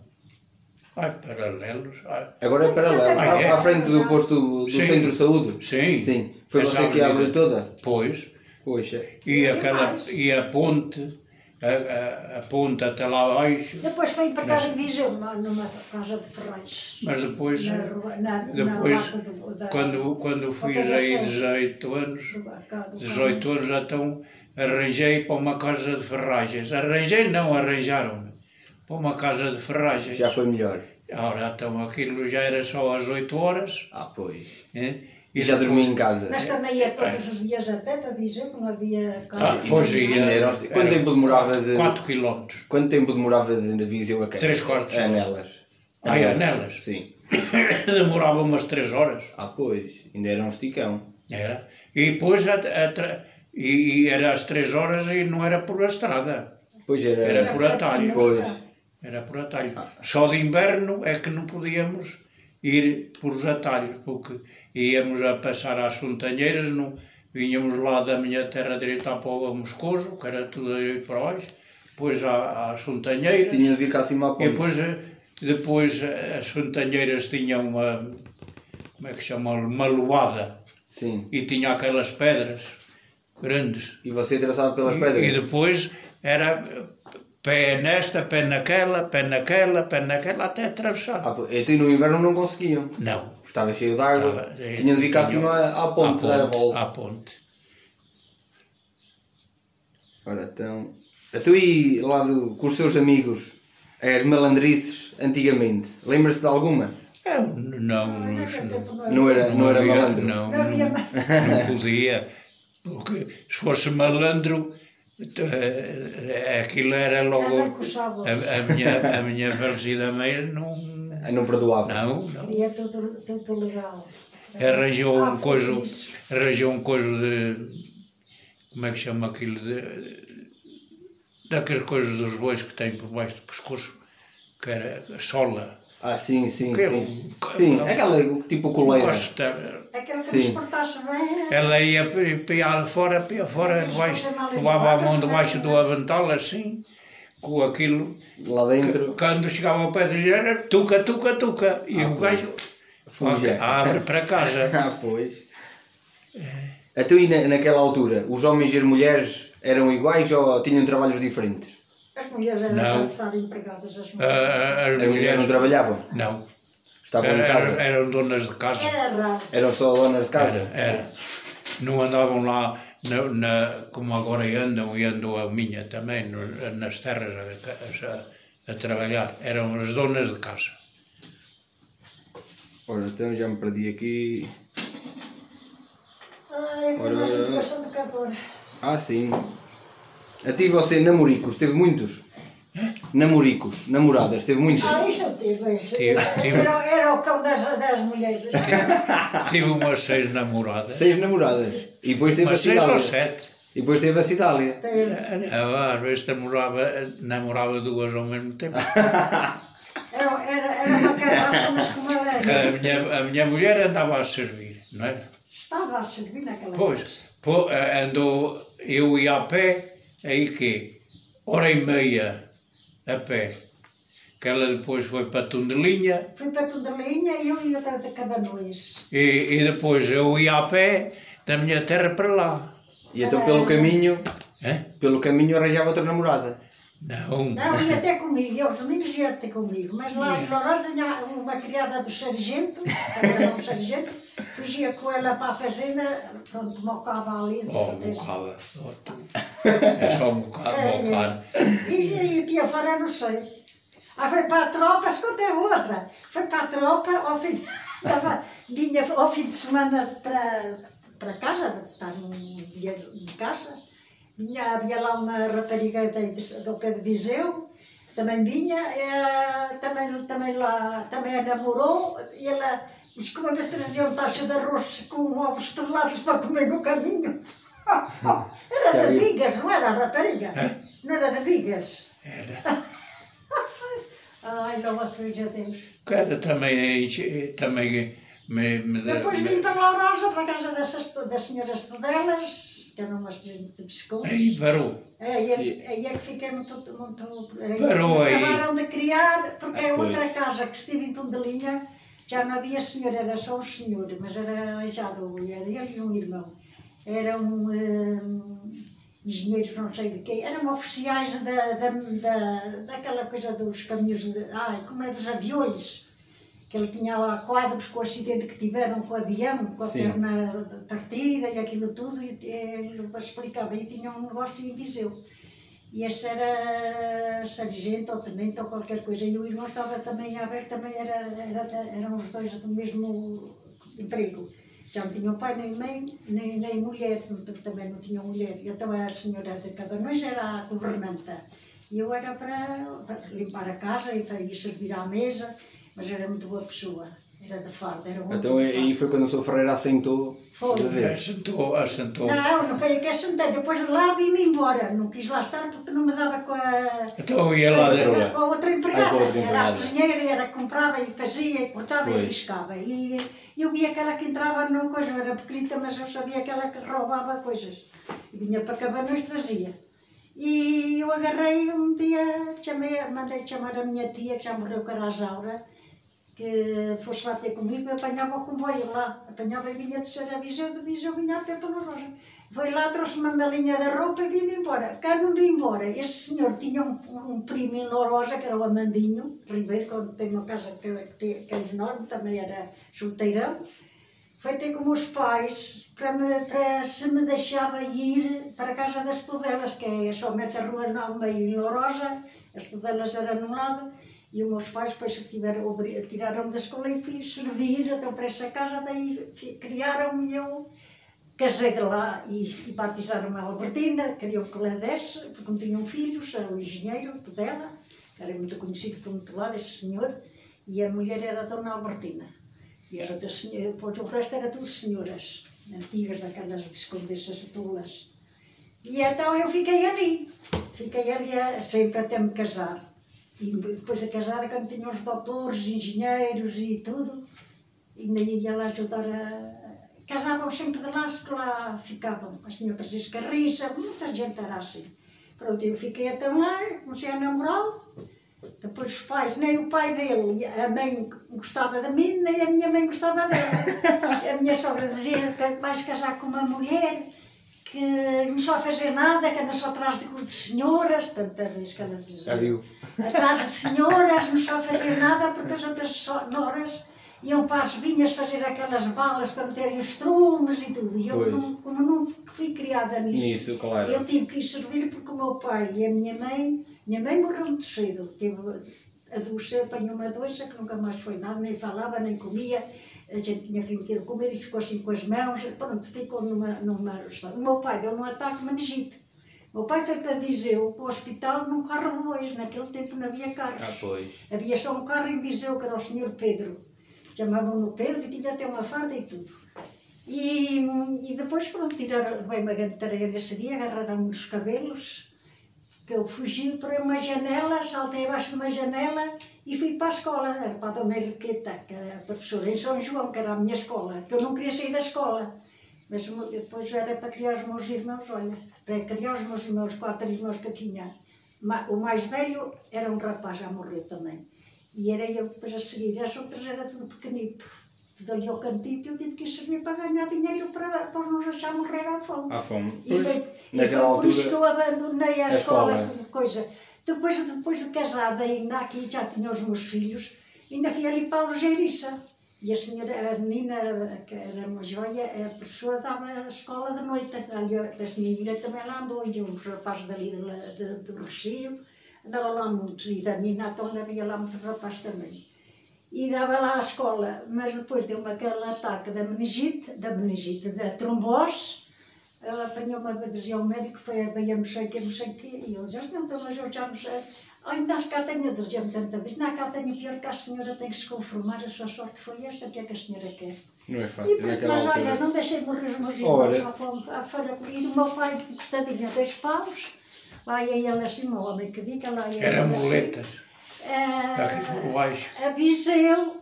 Speaker 2: Ai, paralelos. Ai.
Speaker 1: Agora é paralelo.
Speaker 2: Ah, é?
Speaker 1: À, à frente do posto do
Speaker 2: Sim.
Speaker 1: centro de saúde.
Speaker 2: Sim. É
Speaker 1: Sim. Foi
Speaker 2: Essa
Speaker 1: você que a abriu
Speaker 2: avenida.
Speaker 1: toda?
Speaker 2: Pois.
Speaker 1: Poxa.
Speaker 2: E,
Speaker 3: E
Speaker 2: aquela,
Speaker 3: mais?
Speaker 2: e a ponte, a, a, a ponte até lá abaixo,
Speaker 3: Depois foi para casa de Viseu, numa- numa casa de ferrões.
Speaker 2: mas depois,
Speaker 3: Na rua- na- na
Speaker 2: depois
Speaker 3: Lago do- da-
Speaker 2: quando, quando fui
Speaker 3: Lago da
Speaker 2: aí
Speaker 3: Serra.
Speaker 2: 18 anos,
Speaker 3: Do- cá do
Speaker 2: 18 anos já então arranjei para uma casa de ferragens. Arranjei não, arranjaram-me para uma casa de ferragens.
Speaker 1: Já foi melhor.
Speaker 2: Ora, então aquilo já era só às 8 horas.
Speaker 1: Ah, pois.
Speaker 2: né?
Speaker 1: E já
Speaker 2: depois-
Speaker 1: dormia em casa.
Speaker 3: Mas também ia todos os dias até para Viseu, que não havia
Speaker 2: é. Ah,
Speaker 3: casa.
Speaker 2: pois ia.
Speaker 1: Era- Quanto tempo demorava de.
Speaker 2: 4 quilómetros.
Speaker 1: Quanto tempo demorava de de Viseu a cá?
Speaker 2: Três quartos.
Speaker 1: É nelas.
Speaker 2: Ah, é, nelas?
Speaker 1: Sim.
Speaker 2: Demorava umas 3 horas.
Speaker 1: Ah, pois. Ainda era um esticão.
Speaker 2: Era. E depois a, a tra- e, e era às 3 horas e não era por estrada.
Speaker 1: Pois era.
Speaker 2: Era é por atalho.
Speaker 1: Pois.
Speaker 2: Era por atalho. Só de inverno é que não podíamos ir por os atalhos, porque íamos a passar às fontanheiras, não, vinhamos lá da minha terra direita à Póvoa Moscoso, que era tudo aí para baixo, depois à- às fontanheiras.
Speaker 1: Tinha de vir cá acima à
Speaker 2: E
Speaker 1: ponte.
Speaker 2: depois, eh, depois eh, as fontanheiras tinham uma, como é que chama, uma loada
Speaker 1: Sim.
Speaker 2: e tinha aquelas pedras grandes.
Speaker 1: E você traçava pelas
Speaker 2: E,
Speaker 1: pedras?
Speaker 2: e depois era eh, pé nesta, pé naquela, pé naquela, pé naquela, até atravessar.
Speaker 1: Ah, pois. Então e no inverno não conseguiam.
Speaker 2: Não.
Speaker 1: Porque Estava cheio de água.
Speaker 2: Estava- eh,
Speaker 1: Tinha de vir cá
Speaker 2: tinha-
Speaker 1: acima à ponte, dar a volta.
Speaker 2: À ponte.
Speaker 1: Ora, então. A tu e lá do, com os seus amigos, as malandrices, antigamente, lembra-se de alguma?
Speaker 2: É, n- não, não,
Speaker 3: Não,
Speaker 2: não,
Speaker 1: Não era, não era
Speaker 2: havia-
Speaker 1: malandro?
Speaker 2: Não,
Speaker 3: Não havia
Speaker 2: não, não podia. Porque se fosse malandro, eh, aquilo era
Speaker 3: Ela
Speaker 2: logo.
Speaker 3: coçava.
Speaker 2: A, a minha, a minha falecida mãe não.
Speaker 1: Ah, Não perdoava.
Speaker 2: Não, não.
Speaker 3: E é tudo, tudo legal.
Speaker 2: arranjou
Speaker 3: Ah,
Speaker 2: um coiso,
Speaker 3: isso.
Speaker 2: arranjou um coiso de, como é que chama aquilo, de, daquele coiso dos bois que tem por baixo do pescoço, que era sola,
Speaker 1: Ah, sim, sim,
Speaker 2: Que-
Speaker 1: sim.
Speaker 2: que-
Speaker 1: Sim,
Speaker 2: não.
Speaker 1: aquela tipo
Speaker 2: um
Speaker 1: coleira.
Speaker 2: coiso de-
Speaker 3: Aquela que
Speaker 1: Sim.
Speaker 3: nos é? portasse bem.
Speaker 2: ela ia pi- piar fora, piar fora, debaixo, levava a mão debaixo do avental assim, com aquilo,
Speaker 1: Lá dentro.
Speaker 2: quando chegava ao pé do género, tuca, tuca, tuca, e o gajo
Speaker 1: Ah, Fugia.
Speaker 2: ok, abre para casa.
Speaker 1: Ah, pois. A tu e na, naquela altura, os homens e as mulheres eram iguais ou tinham trabalhos diferentes?
Speaker 3: As mulheres eram
Speaker 2: Não. Ah,
Speaker 3: para estar empregadas, as
Speaker 2: A- a- As
Speaker 1: As mulheres não
Speaker 2: mulheres,
Speaker 1: trabalhavam,
Speaker 2: não,
Speaker 1: estavam em
Speaker 2: Eram,
Speaker 1: casa.
Speaker 2: eram donas de casa.
Speaker 3: Era raro.
Speaker 1: Eram só donas de casa.
Speaker 2: Era. Não andavam lá, na, na- como agora andam, e andou a minha também, no- nas terras a, a- a trabalhar. Eram as donas de casa.
Speaker 1: Ora, então já me perdi aqui.
Speaker 3: Ai,
Speaker 1: Ora,
Speaker 3: mas a
Speaker 1: ora, ora.
Speaker 3: educação do cantor.
Speaker 1: Ah, sim. A ti você, namoricos, teve muitos? Namoricos, namoradas, teve muitos?
Speaker 3: Ah, isso eu tive. isso.
Speaker 2: Tive, tive.
Speaker 3: Era, era o cão das, das mulheres.
Speaker 2: Tive umas seis namoradas.
Speaker 1: Seis namoradas. E depois teve
Speaker 2: Mas
Speaker 1: a
Speaker 2: seis
Speaker 1: Cidália.
Speaker 2: ou sete.
Speaker 1: E depois teve a Cidália.
Speaker 3: Era
Speaker 2: Eu, Ah, às vezes namorava, namorava duas ao mesmo tempo.
Speaker 3: era- era uma carroça, mas como ela
Speaker 2: A minha, a minha mulher andava a servir, não é?
Speaker 3: estava a servir naquela
Speaker 2: Pois, Pô, eh, andou, eu ia a pé, aí que hora e meia a pé. Que ela depois foi para Tundelinha
Speaker 3: Fui para Tundelinha e eu ia para de Cabanões.
Speaker 2: e, e depois eu ia a pé da minha terra para lá.
Speaker 1: E então
Speaker 3: É.
Speaker 1: pelo caminho,
Speaker 2: Hã?
Speaker 1: pelo caminho arranjava outra namorada.
Speaker 2: Não. um
Speaker 3: Não, ia até comigo, eu, os domingos ia até comigo. Mas lá em Louros tinha uma criada do sargento, também era um sargento, fugia com ela para a fazenda, pronto, mocava ali. de
Speaker 2: Oh,
Speaker 3: certeza.
Speaker 2: mocada. Oh, tu. É só mocada, mocada.
Speaker 3: E, e Pia Fora "Ah, não sei. Aí foi para a tropa, escuta é outra. Foi para a tropa, ao fim, tava, vinha ao fim de semana para, para casa, estar num dia em casa. Vinha, havia lá uma rapariga de- de- do pé de Viseu, também vinha, eh, também, também lá, também a namorou, e ela disse que uma vez trazia um tacho de arroz com ovos estrelados para comer no caminho. Era
Speaker 1: Já vi.
Speaker 3: de amigas, não era rapariga?
Speaker 2: É?
Speaker 3: Não era de amigas?
Speaker 2: Era.
Speaker 3: Ai, louvado seja Deus.
Speaker 2: Cara, também, eh, também me, me,
Speaker 3: Depois
Speaker 2: me-
Speaker 3: vim para Lourosa, para a casa dessas, to- das senhoras Tudelas, que eram umas gente de
Speaker 2: Aí
Speaker 3: pescoços.
Speaker 2: parou.
Speaker 3: Aí é, que- aí é que fiquei muito... muito aí
Speaker 2: Parou aí.
Speaker 3: Acabaram de criar, porque
Speaker 1: Ah,
Speaker 3: a
Speaker 1: pois.
Speaker 3: outra casa que estive em Tundelinha, já não havia senhor, era só o senhor, mas era aleijado, era ele e um irmão. um, Eram hum, engenheiros, não sei de quê, eram oficiais da, da, da, daquela coisa dos caminhos, de, ai, como é, dos aviões. que ele tinha lá quadros com o acidente que tiveram com o avião, com a
Speaker 1: Sim.
Speaker 3: perna partida e aquilo tudo, e ele explicava, e tinha um negócio em Viseu. E esse era sargento ou tenente ou qualquer coisa, e o irmão estava também a ver, também era, era- eram os dois do mesmo emprego. Já não tinham pai nem mãe, nem, nem mulher, também não tinham mulher. Eu também era a senhora de Cabanões, era a governanta. E eu era para, para limpar a casa e para ir servir à mesa, mas era muito boa pessoa, era de farda, era um
Speaker 1: Então
Speaker 3: homem de
Speaker 1: aí foi quando o Sr. Ferreira assentou.
Speaker 3: Foi.
Speaker 1: de vez.
Speaker 2: Assentou, assentou.
Speaker 3: farda. Não, não foi a que assentei, depois de lá vim-me embora, não quis lá estar porque não me dava com a,
Speaker 2: Então eu ia lá
Speaker 1: Patroa.
Speaker 2: de...
Speaker 3: com a outra
Speaker 1: Ah, com
Speaker 3: empregada,
Speaker 1: a outra
Speaker 3: era a
Speaker 1: empregada.
Speaker 3: cozinheira, e era que comprava e fazia, e cortava
Speaker 1: Pois.
Speaker 3: e pescava. E eu via aquela que entrava numa coisa, eu era pequenita, mas eu sabia aquela que roubava coisas. E vinha para Cabanões e trazia. E eu agarrei um dia, chamei, mandei chamar a minha tia, que já morreu, que era a Zaura, que fosse lá ter comigo, eu apanhava o comboio lá, apanhava e vinha de Serra Viseu, de Viseu vinha a pé pela Rosa. Foi lá, trouxe uma malinha da roupa e vim-me embora. Cá não vim embora. Este senhor tinha um, um primo em Lourosa, que era o Amandinho Ribeiro, quando tem uma casa que, que, que é enorme, também era solteirão. Foi ter com os pais para, me, para se me deixava ir para a casa das Tudelas, que é somente a rua não meio em Lourosa, as Tudelas eram num lado, e os meus pais depois tiveram, obri- tiraram-me da escola e fui servir então para essa casa, daí fi- criaram-me e eu casei lá e, e batizaram-me a Albertina, queriam que lá desse, porque não tinham filhos, era o engenheiro, Tudela, era muito conhecido por muito lado, este senhor, e a mulher era a Dona Albertina. E as outras senhoras, pois o resto era tudo senhoras, antigas, daquelas viscondessas tolas. E então eu fiquei ali, fiquei ali a- sempre até me casar. E depois de casada, quando tinha os doutores, engenheiros e tudo, ainda ia lá ajudar a... Casavam sempre de lá, que lá ficavam as senhoras de escarriça, muita gente era assim. Pronto, eu fiquei até lá, comecei a namorar, depois os pais, nem o pai dele, e a mãe gostava de mim, nem a minha mãe gostava dela. A minha sogra dizia que vais casar com uma mulher que não sabe fazer nada, que anda só atrás de, de senhoras, tantas vezes que ela dizia.
Speaker 1: Já viu?
Speaker 3: Atrás de senhoras, não sabe fazer nada, porque as outras senhoras iam para as vinhas fazer aquelas balas para meterem os trumes e tudo. E eu,
Speaker 1: Pois.
Speaker 3: não, como não fui criada nisso,
Speaker 1: Nisso, claro.
Speaker 3: eu tive que ir servir porque o meu pai e a minha mãe, minha mãe morreu muito cedo, teve, adoeceu, apanhou uma doença que nunca mais foi nada, nem falava, nem comia, a gente tinha que lhe ter de comer e ficou assim com as mãos, pronto, ficou numa, numa... O meu pai deu um ataque de meningite. O meu pai foi para Viseu, para o hospital, num carro de bois, naquele tempo não havia carros.
Speaker 1: Ah, pois.
Speaker 3: Havia só um carro em Viseu, que era o senhor Pedro. Chamavam-no Pedro e tinha até uma farda e tudo. E, e depois, pronto, tiraram, veio uma grande tarefa nesse dia, agarraram-me dos cabelos, que eu fugi para uma janela, saltei abaixo de uma janela e fui para a escola, era para a Dona Henriqueta, que era a professora em São João, que era a minha escola, que eu não queria sair da escola. Mas o meu- depois era para criar os meus irmãos, olha, para criar os meus irmãos, quatro irmãos que eu tinha. Ma- O mais velho era um rapaz, já morreu também. E era eu depois a seguir. As outras era tudo pequenito. Tudo ali ao cantinho, eu tive que servir para ganhar dinheiro para, para não deixar morrer à Ah, fome.
Speaker 4: À fome.
Speaker 3: E
Speaker 1: Pois,
Speaker 3: foi, e
Speaker 1: naquela
Speaker 3: foi por
Speaker 1: altura-
Speaker 3: isso que eu abandonei a,
Speaker 1: a
Speaker 3: escola,
Speaker 1: escola.
Speaker 3: como coisa. Depois, depois de casada ainda aqui, já tinha os meus filhos, ainda fui ali para a Algeiriça. E a senhora, a menina, que era uma joia, a professora dava a escola de noite. Ali, a senhora também lá andou, e uns rapazes dali de, lá- de, do Recio, andava lá muitos. E da minha Natália havia lá muitos rapazes também e dava lá à escola, mas depois deu-me aquele ataque da meningite, da meningite, da trombose, ela apanhou uma vez ao médico, foi a Bahia, não sei o que, não sei o que, e eu disse, não, então, mas eu já não sei, ainda cá tenho, dizia-me tanta vez, não, cá tenho pior que a senhora tem que se conformar, a sua sorte foi esta, o que é que a senhora quer?
Speaker 4: Não é
Speaker 3: E
Speaker 4: fácil
Speaker 3: pronto,
Speaker 4: naquela
Speaker 3: mas olha,
Speaker 4: altura.
Speaker 3: não deixei morrer os meus
Speaker 1: Ora.
Speaker 3: irmãos à fome, à folha, e do meu pai, custadinho, dois paus, lá ia ele assim, um homem que diga, lá ia
Speaker 2: Era
Speaker 3: ele assim.
Speaker 2: muletas.
Speaker 3: Ah,
Speaker 2: Daqui por baixo.
Speaker 3: Avisei-o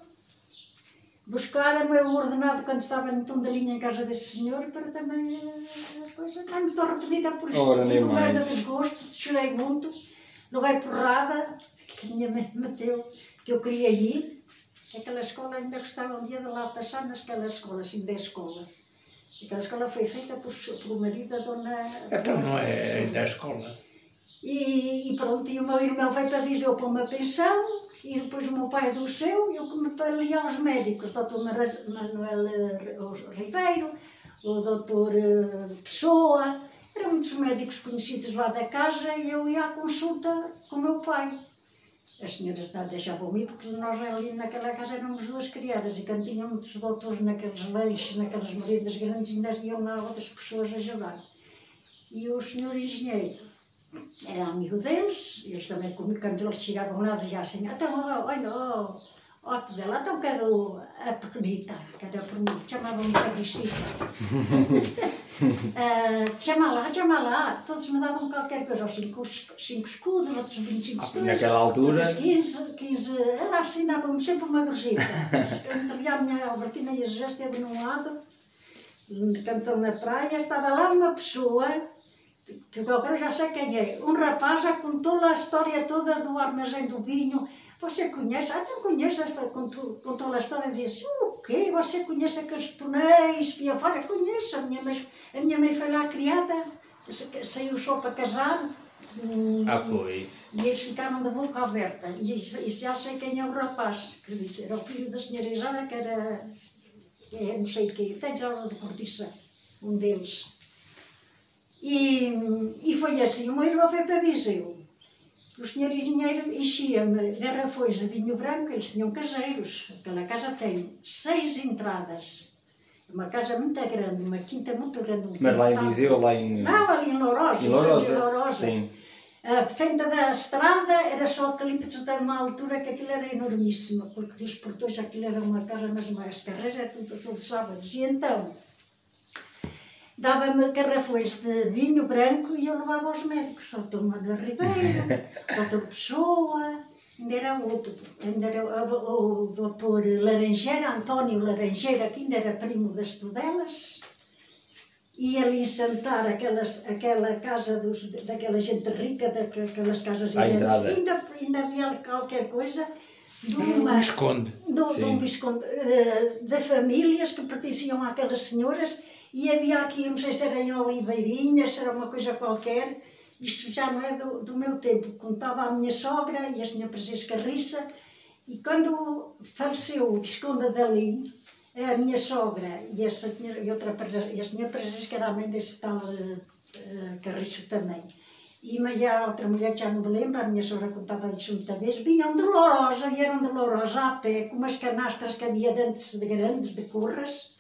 Speaker 3: buscar o meu ordenado quando estava no Tondalinha em casa desse senhor para também eh, coisa. Não me estou arrependida por isto.
Speaker 1: Ora, nem
Speaker 3: não vai
Speaker 1: mais.
Speaker 3: dar desgosto, chorei muito, não vai porrada, que a minha mãe me deu, que eu queria ir. Aquela escola ainda gostava um dia de lá passar naquela escola, assim, da escola. Aquela escola foi feita por, por marido da dona...
Speaker 2: Então não é
Speaker 3: Dona-
Speaker 2: da escola.
Speaker 3: e, e pronto, e o meu irmão veio para Viseu para uma pensão, e depois o meu pai adoeceu, e eu que me palhei aos médicos, o doutor Manuel eh, Ribeiro, o doutor eh, Pessoa, eram muitos médicos conhecidos lá da casa, e eu ia à consulta com o meu pai. As senhoras não deixavam ir porque nós ali naquela casa éramos duas criadas e quando tinham muitos doutores naqueles lanches, naquelas merendas grandes, ainda iam lá outras pessoas ajudar. E o senhor engenheiro era amigo deles, eles também, comigo, quando eles chegavam lá, diziam assim: então, ó, olha, ó, ó, dela, então quero a pequenita, quero a pequenita, chamavam-me Cabicita. Ah, chama lá, chama lá, todos me davam qualquer coisa, os cinco, es- cinco escudos, outros 25 escudos.
Speaker 1: Ah, naquela altura-
Speaker 3: outros 15, 15, era assim, davam-me sempre uma gorjeta. Entre a minha Albertina e a José esteve num lado, cantou na praia, estava lá uma pessoa, que eu agora já sei quem é, um rapaz já contou lá a história toda do armazém do vinho. Você conhece? Ah, não conheço, esta- contou, contou lá a história e disse, o quê? Você conhece aqueles tonéis? E eu falei, conheço, a minha mãe, a minha mãe foi lá criada, sa- saiu só para casar. Hum,
Speaker 4: Ah, pois.
Speaker 3: e eles ficaram de boca aberta. E, isso- isso já sei quem é o rapaz, que disse, era o filho da senhora Isara, que era, é, não sei o quê, até já era de cortiça, um deles. E, e foi assim, o meu irmão foi para Viseu. O senhor engenheiro enchia-me garrafões de vinho branco, eles tinham caseiros. Aquela casa tem seis entradas. É Uma casa muito grande, uma quinta muito grande. um
Speaker 1: Mas lá em
Speaker 3: quintal.
Speaker 1: Viseu, lá em.
Speaker 3: Não, ali em Lourosa.
Speaker 1: Em
Speaker 3: Ah, Em
Speaker 1: Lourosa,
Speaker 3: Lourosa.
Speaker 1: sim.
Speaker 3: A fenda da estrada era só eucalipto a uma altura que aquilo era enormíssimo, porque os portões aquilo era uma casa, mas mais carreiras, era tudo, tudo sábados. E então, dava-me garrafões de vinho branco e eu levava aos médicos. O doutor Manuel Ribeiro, o doutor Pessoa, ainda era outro, ainda era o, o doutor Laranjeira, António Laranjeira, que ainda era primo das Tudelas. E ali sentar aquelas, aquela casa dos, daquela gente rica, daquelas casas
Speaker 1: À
Speaker 3: grandes.
Speaker 1: entrada.
Speaker 3: Ainda, ainda havia qualquer coisa de
Speaker 2: Não
Speaker 3: uma
Speaker 2: esconde.
Speaker 3: do, de
Speaker 1: Sim.
Speaker 3: um visconde, eh, de famílias que pertenciam àquelas senhoras e havia aqui, não sei se era em Oliveirinhas, se era uma coisa qualquer, isto já não é do, do meu tempo, contava a minha sogra e a senhora Francisca Rissa e quando faleceu o visconde dali, a minha sogra e a senhora, e outra, presa- e a senhora Francisca era a mãe desse tal eh, eh, Carriço também, e mas a outra mulher que já não me lembro, a minha sogra contava isso muita vez, vinham de Lourosa, vieram de Lourosa a pé, com umas canastras que havia de antes de grandes, de curras,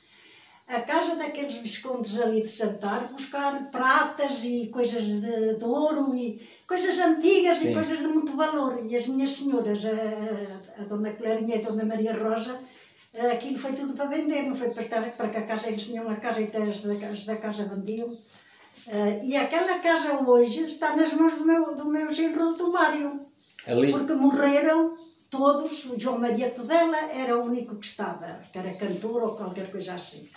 Speaker 3: a casa daqueles viscondes ali de Santar, buscar pratas e coisas de, de ouro e coisas antigas
Speaker 1: Sim.
Speaker 3: e coisas de muito valor. E as minhas senhoras, eh, a, a Dona Clarinha e a Dona Maria Rosa, eh, aquilo foi tudo para vender, não foi para estar, para que a casa, eles tinham a casa e até as da, as da casa vendiam. Eh, e aquela casa hoje está nas mãos do meu, do meu genro do Mário.
Speaker 1: Ali.
Speaker 3: Porque morreram todos, o João Maria Tudela era o único que estava, que era cantor ou qualquer coisa assim.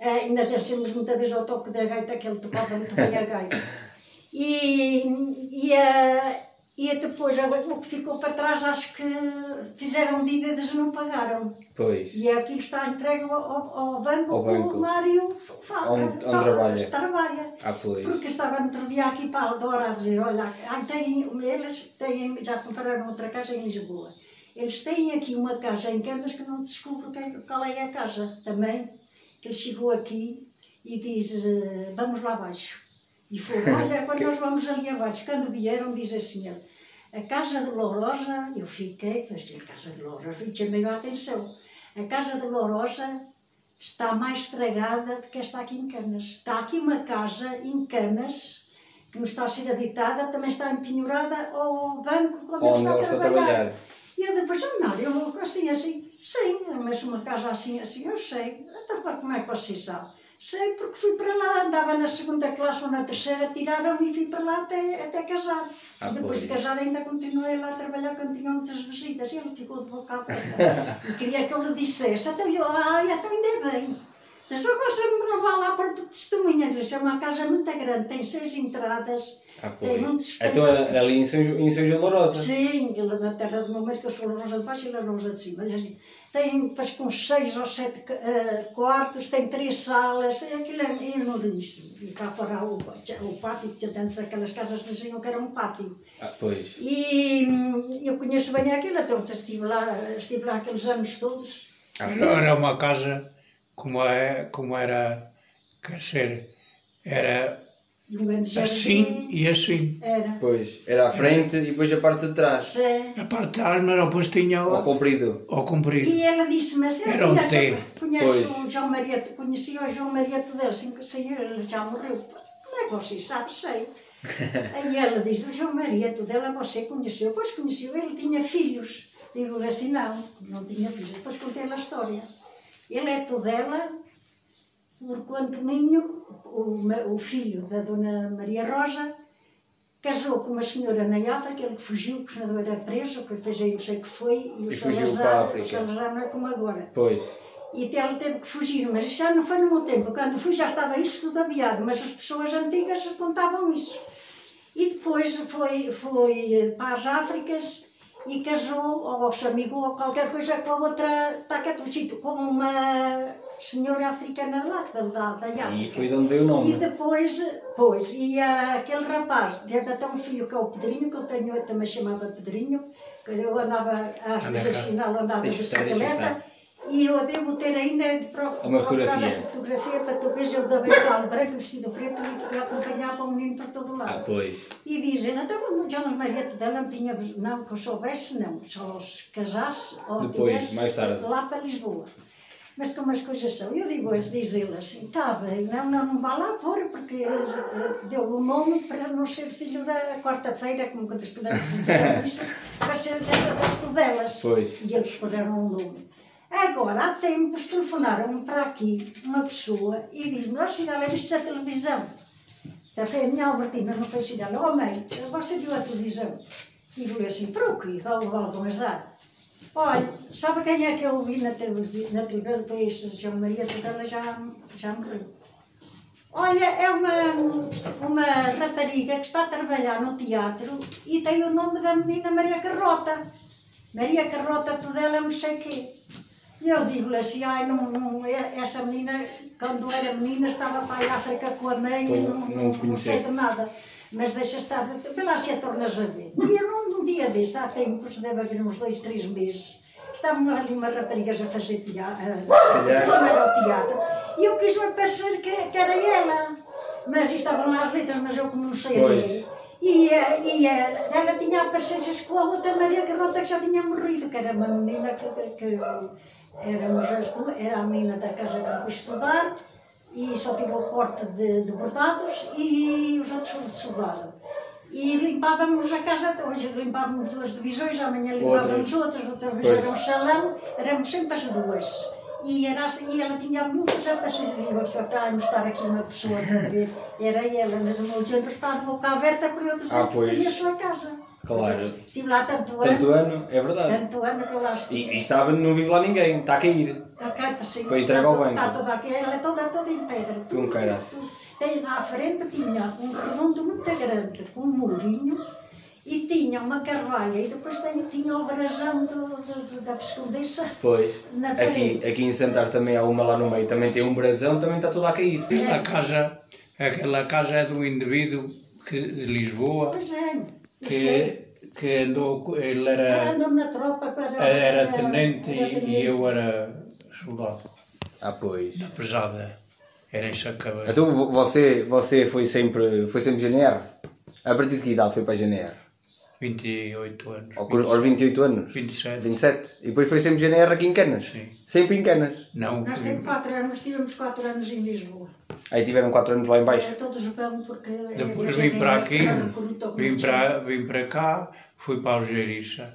Speaker 3: Eh, ainda descemos muita vez ao toque da gaita, que ele tocava muito bem a gaita. E, e, eh, e depois, agora, o que ficou para trás, acho que fizeram dívidas e não pagaram.
Speaker 1: Pois.
Speaker 3: E aquilo está entregue ao, ao- ao banco,
Speaker 1: Ao
Speaker 3: ao
Speaker 1: banco.
Speaker 3: o Mário Fábio.
Speaker 1: Onde- onde trabalha.
Speaker 3: trabalha.
Speaker 1: Ah, pois.
Speaker 3: Porque estava no outro dia aqui para a Aldora a dizer, olha, ai, têm, um, eles têm, já compraram outra casa em Lisboa. Eles têm aqui uma casa em Canas que não descubro quem- qual é a casa também. Que ele chegou aqui e diz, eh, vamos lá abaixo. E foi, olha, quando nós vamos ali abaixo, quando vieram, diz assim, ele, a Casa Dolorosa, eu fiquei, mas a Casa Dolorosa, e chamei a atenção, a Casa Dolorosa está mais estragada do que esta aqui em Canas. Está aqui uma casa em Canas, que não está a ser habitada, também está empenhorada ao banco quando
Speaker 1: Onde
Speaker 3: ele está
Speaker 1: ele
Speaker 3: a
Speaker 1: está a
Speaker 3: trabalhar.
Speaker 1: trabalhar.
Speaker 3: E eu depois, oh, não, eu vou assim, assim, sim, mas uma casa assim, assim, eu sei, até para como é que vocês sabem? Sei, porque fui para lá, andava na segunda classe ou na terceira, tiraram-me e fui para lá até, até casar.
Speaker 1: Ah,
Speaker 3: e depois de
Speaker 1: pois.
Speaker 3: casada ainda continuei lá a trabalhar quando tinha muitas visitas e ele ficou de boca aberta. e queria que eu lhe dissesse, então eu, ai, então ainda bem. Então só você me levar lá para te testemunha, isso é uma casa muito grande, tem seis entradas,
Speaker 1: Ah,
Speaker 3: tem muitos
Speaker 1: pois. Então é ali em São, Jo- em São João Lourosa.
Speaker 3: Sim, ele na terra do meu marido, que eu sou Rosa de Baixo e ele é Rosa de Cima. Diz assim, tem pois, com seis ou sete eh, quartos, tem três salas, aquilo é enormíssimo. E cá fora o, o pátio, que antes aquelas casas diziam que era um pátio.
Speaker 1: Ah, pois.
Speaker 3: E hum, eu conheço bem aquilo, até onde estive lá, estive lá aqueles anos todos.
Speaker 2: Era, era uma casa como, é, como era, quer dizer, era
Speaker 3: E um grande
Speaker 2: assim
Speaker 3: jardim.
Speaker 2: e assim.
Speaker 3: Era.
Speaker 1: Pois. Era à frente e depois a parte de trás.
Speaker 3: Sim.
Speaker 2: A parte de trás, É mas depois tinha
Speaker 1: Ao
Speaker 2: o,
Speaker 1: comprido.
Speaker 2: o comprido.
Speaker 3: E é- ela disse, mas eu
Speaker 2: Era um
Speaker 3: conheço,
Speaker 2: T.
Speaker 1: Pois.
Speaker 3: conheço o João Maria, conhecia o João Maria Tudor, sim, que saiu, ele já morreu. Como é que você sabe? Sei. Aí ela diz, o João Maria Tudela você conheceu? Pois conheceu, ele tinha filhos. Digo assim, não, não tinha filhos. Depois contei-lhe a história. Ele é Tudela, porque o Antoninho, o, ma- o filho da Dona Maria Rosa, casou com uma senhora na África, ele que fugiu, porque senão era preso, que fez aí não sei o que foi, e o
Speaker 1: E fugiu para a
Speaker 3: Salazar, o
Speaker 1: África.
Speaker 3: Salazar não é como agora.
Speaker 1: Pois.
Speaker 3: E até ele teve que fugir, mas isso já não foi no meu tempo. Quando fui já estava isso tudo aviado, mas as pessoas antigas contavam isso. E depois foi, foi eh, para as Áfricas e casou, ou se amigou, ou qualquer coisa, com a outra, está cá do sítio, com uma senhora africana lá, da, da, da África.
Speaker 1: E foi de onde veio o nome.
Speaker 3: E depois, pois, e ah, aquele rapaz, teve até um filho que é o Pedrinho, que eu tenho, eu também chamava Pedrinho, que eu andava às
Speaker 2: Anda cá.
Speaker 3: vezes assim, eu andava de
Speaker 1: Deixa estar, deixa
Speaker 3: bicicleta, e eu devo ter ainda de pro,
Speaker 1: É Uma
Speaker 3: procurar a
Speaker 1: fotografia.
Speaker 3: fotografia para tu veres eu de avental branco, vestido preto, e que acompanhava o menino para todo lado.
Speaker 1: Ah, pois.
Speaker 3: E dizem, então o Jonas Maria Tudela não tinha, não, que eu soubesse, não, só se casasse ou
Speaker 1: Depois,
Speaker 3: tivesse
Speaker 1: mais tarde.
Speaker 3: lá para Lisboa. Mas como as coisas são, eu digo, diz ele assim, está bem, não, não, não vá lá fora, porque ele eh, deu o nome para não ser filho da quarta-feira, como quantas podemos dizer isto, para ser das Tudelas.
Speaker 1: Pois.
Speaker 3: E eles puseram o nome. Agora, há tempos, telefonaram-me para aqui uma pessoa e diz-me, nós chegaremos à televisão. Até a minha Albertina não fez sinal. Oh mãe, você viu a televisão? Digo-lhe assim, para o quê? Vá levar algum azar. Olha, sabe quem é que eu vi na televisão? Na televisão foi esse João Maria Tudela, já, já morreu. Olha, é uma, uma rapariga que está a trabalhar no teatro e tem o nome da menina Maria Carrota. Maria Carrota Tudela não sei quê. E eu digo-lhe assim, ai, não, não, é- essa menina, quando era menina, estava para a África com a mãe
Speaker 1: Pois,
Speaker 3: e não,
Speaker 1: não
Speaker 3: não, não sei
Speaker 1: conheceste.
Speaker 3: de nada. Mas deixa estar, vê lá se a tornas a ver. E eu num, num dia deste, há tempos, deve haver uns dois, três meses, estavam ali umas raparigas a fazer teatro, não era o teatro, e eu quis me parecer que, que era ela. Mas estavam lá as letras, mas eu como não sei a
Speaker 1: Pois.
Speaker 3: ler. E, eh, e eh, ela tinha aparências com a outra Maria Carlota que já tinha morrido, que era uma menina que, que, que éramos as duas, era a menina da casa que eu fui estudar e só tirou o corte de, de bordados e os outros foram de soldado. E limpávamos a casa, hoje limpávamos duas divisões, amanhã limpávamos outras, outras vezes
Speaker 1: Pois.
Speaker 3: era um salão, éramos sempre as duas. E, era assim, e ela tinha muitas apetências, digo, "Isto é para não estar aqui uma pessoa a ver, era ela, mas o meu género estava de boca aberta para eu dizer
Speaker 1: Ah,
Speaker 3: que
Speaker 1: pois.
Speaker 3: queria a sua casa.
Speaker 1: Claro.
Speaker 3: Mas Estive lá tanto,
Speaker 1: Tanto
Speaker 3: ano,
Speaker 1: ano, é verdade.
Speaker 3: tanto ano que eu lá estive.
Speaker 1: E, e estava, não vive lá ninguém, está a cair.
Speaker 3: A canto, sim.
Speaker 1: Foi entregue ao
Speaker 3: Está
Speaker 1: banco.
Speaker 3: toda aqui, ela é toda, toda em pedra. Tudo
Speaker 1: caralho.
Speaker 3: isso. Tem lá à frente, tinha um redondo muito grande, com um murinho, e tinha uma carvalha, e depois tem- tinha o brajão do- do- do- da pescondeixa.
Speaker 1: Pois.
Speaker 3: Na
Speaker 1: Aqui,
Speaker 3: parede.
Speaker 1: aqui em Santar também há uma lá no meio, também tem um brasão, também está toda a cair.
Speaker 2: Aquela casa, aquela casa é de um indivíduo que, de Lisboa
Speaker 3: Pois é.
Speaker 2: que, que andou, ele
Speaker 1: é,
Speaker 2: era,
Speaker 3: Andam na tropa para.
Speaker 2: era tenente e, e eu era soldado.
Speaker 1: Ah, pois.
Speaker 2: Pesada. Era em Sacabé.
Speaker 1: Então vo- você, você foi sempre, foi sempre GNR? A partir de que idade foi para a GNR?
Speaker 2: 28 anos.
Speaker 1: Ao cru- Aos 28 anos?
Speaker 2: 27.
Speaker 1: 27. E depois foi sempre GNR aqui em Canas?
Speaker 2: Sim.
Speaker 1: Sempre em Canas.
Speaker 2: Não,
Speaker 3: Nós temos quatro anos, tivemos quatro anos em Lisboa.
Speaker 1: Aí tiveram 4 anos lá em
Speaker 3: Era
Speaker 1: baixo.
Speaker 3: todo jogão porque.
Speaker 2: depois vim
Speaker 3: é
Speaker 2: para aqui,
Speaker 3: recrutou
Speaker 2: vim
Speaker 3: muitos.
Speaker 2: para, vim para cá, fui para Algeriça,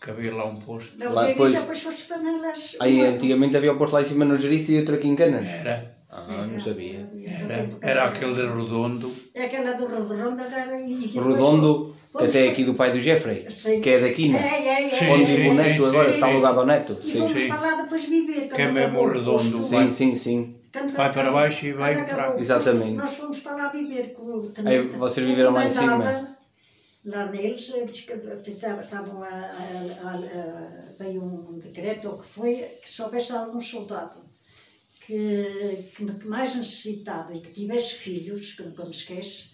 Speaker 2: que havia lá um posto.
Speaker 3: Da
Speaker 1: Lá
Speaker 3: Algéria
Speaker 1: depois-
Speaker 3: já depois foste para Nelas.
Speaker 1: Aí antigamente havia o posto lá em cima no Jerice e outro aqui em Canas.
Speaker 2: Era,
Speaker 1: Ah, não sabia.
Speaker 2: era, era aquele redondo.
Speaker 3: É aquela do Redondo. era- e que
Speaker 1: Redondo,
Speaker 3: depois-
Speaker 1: que
Speaker 3: fomos
Speaker 1: até é
Speaker 3: para-
Speaker 1: aqui do pai do Jeffrey,
Speaker 3: Sim.
Speaker 1: que é da Quina.
Speaker 3: É, é, é,
Speaker 1: Onde
Speaker 2: Sim,
Speaker 1: vive o
Speaker 2: sim,
Speaker 1: neto
Speaker 2: sim,
Speaker 1: agora,
Speaker 2: sim,
Speaker 1: está
Speaker 2: sim.
Speaker 1: alugado ao neto.
Speaker 3: E
Speaker 1: Sim.
Speaker 3: fomos
Speaker 2: sim.
Speaker 3: para lá depois viver.
Speaker 2: Que é
Speaker 3: quando
Speaker 2: mesmo
Speaker 3: acabou
Speaker 2: o Redondo,
Speaker 3: posto.
Speaker 1: Sim, sim, sim.
Speaker 3: Quando
Speaker 2: Vai para
Speaker 3: acabou-
Speaker 2: baixo e vai
Speaker 3: quando
Speaker 2: para-
Speaker 3: acabou o
Speaker 1: Exatamente.
Speaker 3: posto, Nós fomos para lá viver com o
Speaker 1: Aí vocês viveram lá em cima.
Speaker 3: Andava Lá neles, eh, diz que fizeram- estavam a, a, a, a- veio um decreto, ou o que foi, que soubesse algum soldado que, que que mais necessitava e que tivesse filhos, que nunca me esquece,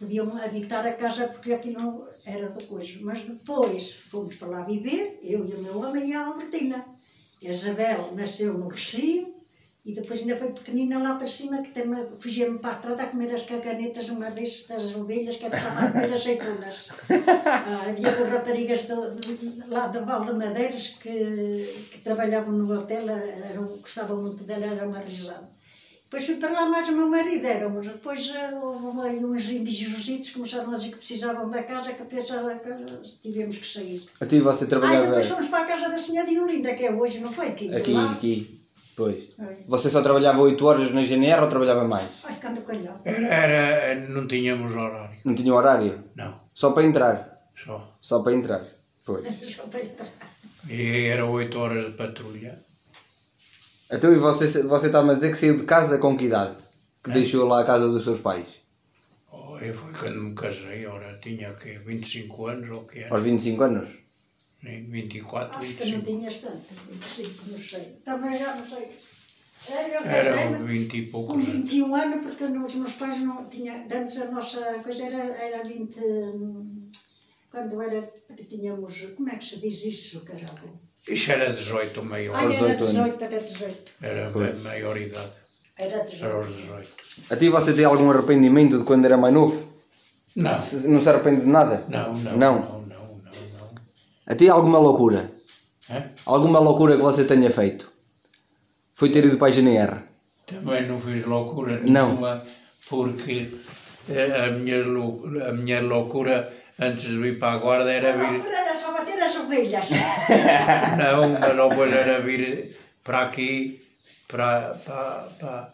Speaker 3: podiam habitar a casa porque aqui não era da coisa. Mas depois fomos para lá viver, eu e o meu homem e a Albertina. A Isabel nasceu no Recio e depois ainda foi pequenina lá para cima, que também fugia-me para a estrada a comer as caganetas uma vez das ovelhas que estavam a comer azeitonas. Ah, havia com raparigas do, do- lá do Val de Madeiros que, que trabalhavam no hotel, eram, gostavam muito dela, era uma risada. Depois fui para lá mais o meu marido, éramos. Depois eh, houve aí uns embijositos, começaram a dizer que precisavam da casa, que pensavam que tivemos que sair.
Speaker 1: Até você
Speaker 3: Ah, e
Speaker 1: trabalhava
Speaker 3: depois fomos para a casa da senhora de Olinda, que é hoje, não foi? Aqui,
Speaker 1: aqui,
Speaker 3: lá.
Speaker 1: aqui. Pois.
Speaker 3: É.
Speaker 1: Você só trabalhava 8 horas na GNR ou trabalhava mais?
Speaker 3: Ai, ficando calhão.
Speaker 2: Era, era, não tínhamos horário,
Speaker 1: Não tinha horário?
Speaker 2: não,
Speaker 1: Só para entrar.
Speaker 2: só.
Speaker 1: Só para entrar. Pois.
Speaker 3: Só para entrar.
Speaker 2: E era 8 horas de patrulha.
Speaker 1: Então e você, você está-me a dizer que saiu de casa com que idade? Que deixou lá a casa dos seus pais?
Speaker 2: Oh, eu fui quando me casei, ora tinha que 25 anos ou que era? Eh,
Speaker 1: Aos 25 anos?
Speaker 2: Nem 24,
Speaker 3: Acho que não
Speaker 2: 25.
Speaker 3: tinhas tanto, 25, não sei. Também já não sei. É, Eu
Speaker 2: Era um
Speaker 3: casei-me
Speaker 2: 20 e
Speaker 3: com
Speaker 2: poucos anos.
Speaker 3: 21 anos, porque no- os meus pais não tinham. Antes a nossa coisa era, era 20. hum, Quando era. Tínhamos. Como é que se diz isso, caralho?
Speaker 2: Isso era 18, meio
Speaker 3: Ah,
Speaker 1: Aos
Speaker 3: era
Speaker 1: 18 anos.
Speaker 3: 18, era 18.
Speaker 2: Era a
Speaker 1: Pois.
Speaker 2: maior idade,
Speaker 3: Era
Speaker 2: era
Speaker 3: 18.
Speaker 2: aos 18.
Speaker 1: Até você tem algum arrependimento de quando era mais novo?
Speaker 2: Não,
Speaker 1: Se- Não se arrepende de nada?
Speaker 2: não, não,
Speaker 1: Não.
Speaker 2: não, não, não. não.
Speaker 1: Até alguma loucura?
Speaker 2: Hã?
Speaker 1: Alguma loucura que você tenha feito? Foi ter ido para a GNR?
Speaker 2: Também não fiz loucura
Speaker 1: Não.
Speaker 2: nenhuma, porque eh, a minha, lou- a minha loucura antes de vir para a guarda era
Speaker 3: A
Speaker 2: vir
Speaker 3: loucura era só bater as ovelhas.
Speaker 2: Não, mas não pois era vir para aqui, para, para, para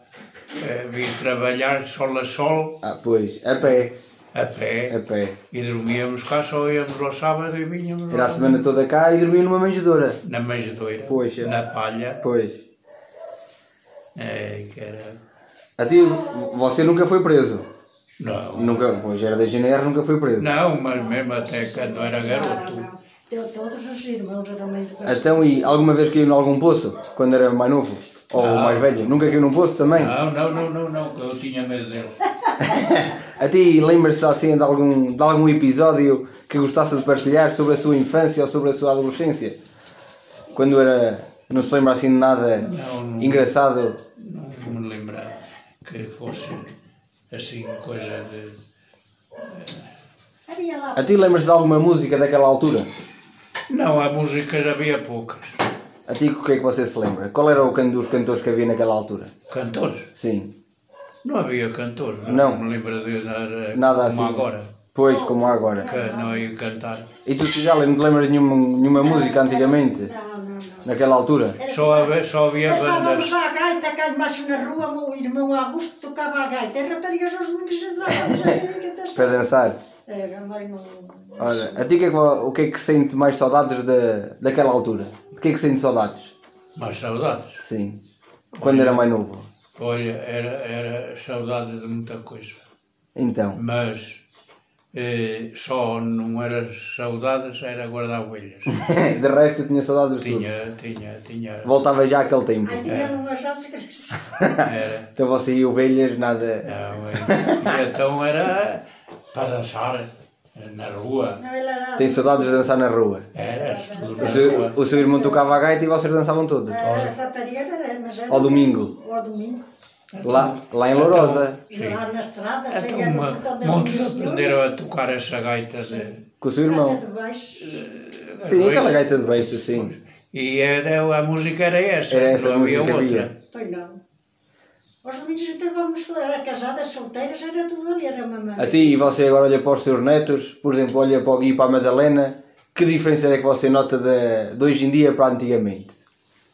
Speaker 2: eh, vir trabalhar sol a sol,
Speaker 1: Ah, pois. A pé.
Speaker 2: a pé,
Speaker 1: A pé.
Speaker 2: e dormíamos cá, só íamos ao sábado e vinhamos
Speaker 1: Era a
Speaker 2: ao-
Speaker 1: semana toda cá e dormia numa manjedoura.
Speaker 2: na manjedoira,
Speaker 1: Poxa.
Speaker 2: na palha,
Speaker 1: Pois.
Speaker 2: eh, que era...
Speaker 1: A ti, você nunca foi preso.
Speaker 2: Não,
Speaker 1: Nunca, pois era da GNR, nunca foi preso.
Speaker 2: não, mas mesmo até quando era garoto,
Speaker 3: Deu todos os irmãos, era muito
Speaker 1: Então, e alguma vez caiu em algum poço? Quando era mais novo? Ou mais velho? Nunca caiu num poço também?
Speaker 2: não, não, não, não, não, que eu tinha medo dele.
Speaker 1: A ti, lembra-se assim de algum, de algum episódio que gostasse de partilhar sobre a sua infância ou sobre a sua adolescência? Quando era. Não se lembra assim de nada
Speaker 2: Não, não.
Speaker 1: engraçado?
Speaker 2: Não me lembrar que fosse assim coisa de...
Speaker 3: Havia lá.
Speaker 1: A ti, lembra-se de alguma música daquela altura?
Speaker 2: Não, a música já havia poucas.
Speaker 1: A ti, o que é que você se lembra? Qual era o can- dos cantores que havia naquela altura?
Speaker 2: Cantores?
Speaker 1: Sim.
Speaker 2: Não havia cantores.
Speaker 1: Não.
Speaker 2: me lembro de dar
Speaker 1: Nada
Speaker 2: como
Speaker 1: assim.
Speaker 2: agora.
Speaker 1: Pois, como há agagora.
Speaker 2: Que não ia cantar.
Speaker 1: E tu, Cisela, não te lembras de nenhuma, nenhuma música antigamente?
Speaker 3: Não, não, não.
Speaker 1: Naquela altura?
Speaker 2: Só havia, só havia bandas.
Speaker 3: Passávamos à gaita cá embaixo na rua, o meu irmão Augusto tocava a gaita. E raparigas aos domingos andávamos a ir a cantar.
Speaker 1: Para dançar?
Speaker 3: Era mais um-
Speaker 1: Ah, Ora, a ti, o que é que, o que, é que sente mais saudades da, daquela altura? De que é que sente saudades?
Speaker 2: Mas saudades.
Speaker 1: Sim. Quando era mais novo.
Speaker 2: Olha, era, era saudade de muita coisa.
Speaker 1: Então,
Speaker 2: Mas eh, só não era saudades, era guardar ovelhas.
Speaker 1: de resto eu tinha saudades de tudo.
Speaker 2: tinha, tinha, tinha.
Speaker 1: Voltava já àquele tempo.
Speaker 3: Ai, tinha umas já desgraça.
Speaker 2: Era.
Speaker 1: Então você e ovelhas, nada.
Speaker 2: Não, eh, e então era para dançar eh, na rua.
Speaker 3: Não, é ele era...
Speaker 1: Tem saudades de dançar na rua.
Speaker 2: Era tudo
Speaker 1: O
Speaker 2: na rua.
Speaker 1: seu, o seu irmão tocava a gaita e vocês dançavam todos.
Speaker 3: Era rapariga, era- é, mas era...
Speaker 1: Ao domingo.
Speaker 3: Ao domingo.
Speaker 1: Lá, lá em Lourosa.
Speaker 2: Sim.
Speaker 3: Lá na estrada,
Speaker 2: Então,
Speaker 3: saía é do portão
Speaker 2: uma-
Speaker 3: das minhas
Speaker 2: muitos aprenderam
Speaker 3: senhoras.
Speaker 2: a tocar eh, essa gaita. De,
Speaker 1: Com o seu
Speaker 3: Até
Speaker 1: irmão.
Speaker 3: de baixo.
Speaker 1: Sim, aquela gaita de beijo, sim.
Speaker 2: E era, a música era essa,
Speaker 1: Era essa
Speaker 2: não
Speaker 1: a música
Speaker 2: havia
Speaker 1: que
Speaker 2: outra.
Speaker 1: havia.
Speaker 3: Pois não. Aos domingos até vamos lá, era casadas, solteiras, era tudo ali, era mamãe.
Speaker 1: A ti e você agora olha para os seus netos, por exemplo, olha para o Gui e para a Madalena. Que diferença é que você nota de, de hoje em dia para antigamente?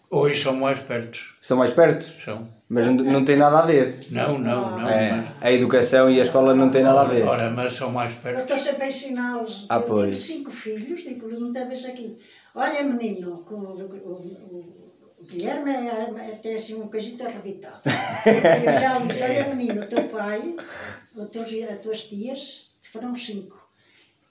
Speaker 2: Hoje são mais perto.
Speaker 1: São mais perto,
Speaker 2: São.
Speaker 1: mas não, não tem nada a ver.
Speaker 2: Não, não, não.
Speaker 1: É,
Speaker 2: mas-
Speaker 1: a educação e a escola não têm nada a ver.
Speaker 2: Ora, mas são mais
Speaker 3: Eu
Speaker 2: perto.
Speaker 3: estou sempre a ensiná-los.
Speaker 1: Ah,
Speaker 3: eu tive
Speaker 1: pois.
Speaker 3: cinco filhos, digo-lhe muita vez aqui. Olha, menino, que o, o- o Guilherme é, é- tem assim um cajito arrebitado. eu já lhe disse, olha, menino, o teu pai, os teus, as tuas tias, te foram cinco.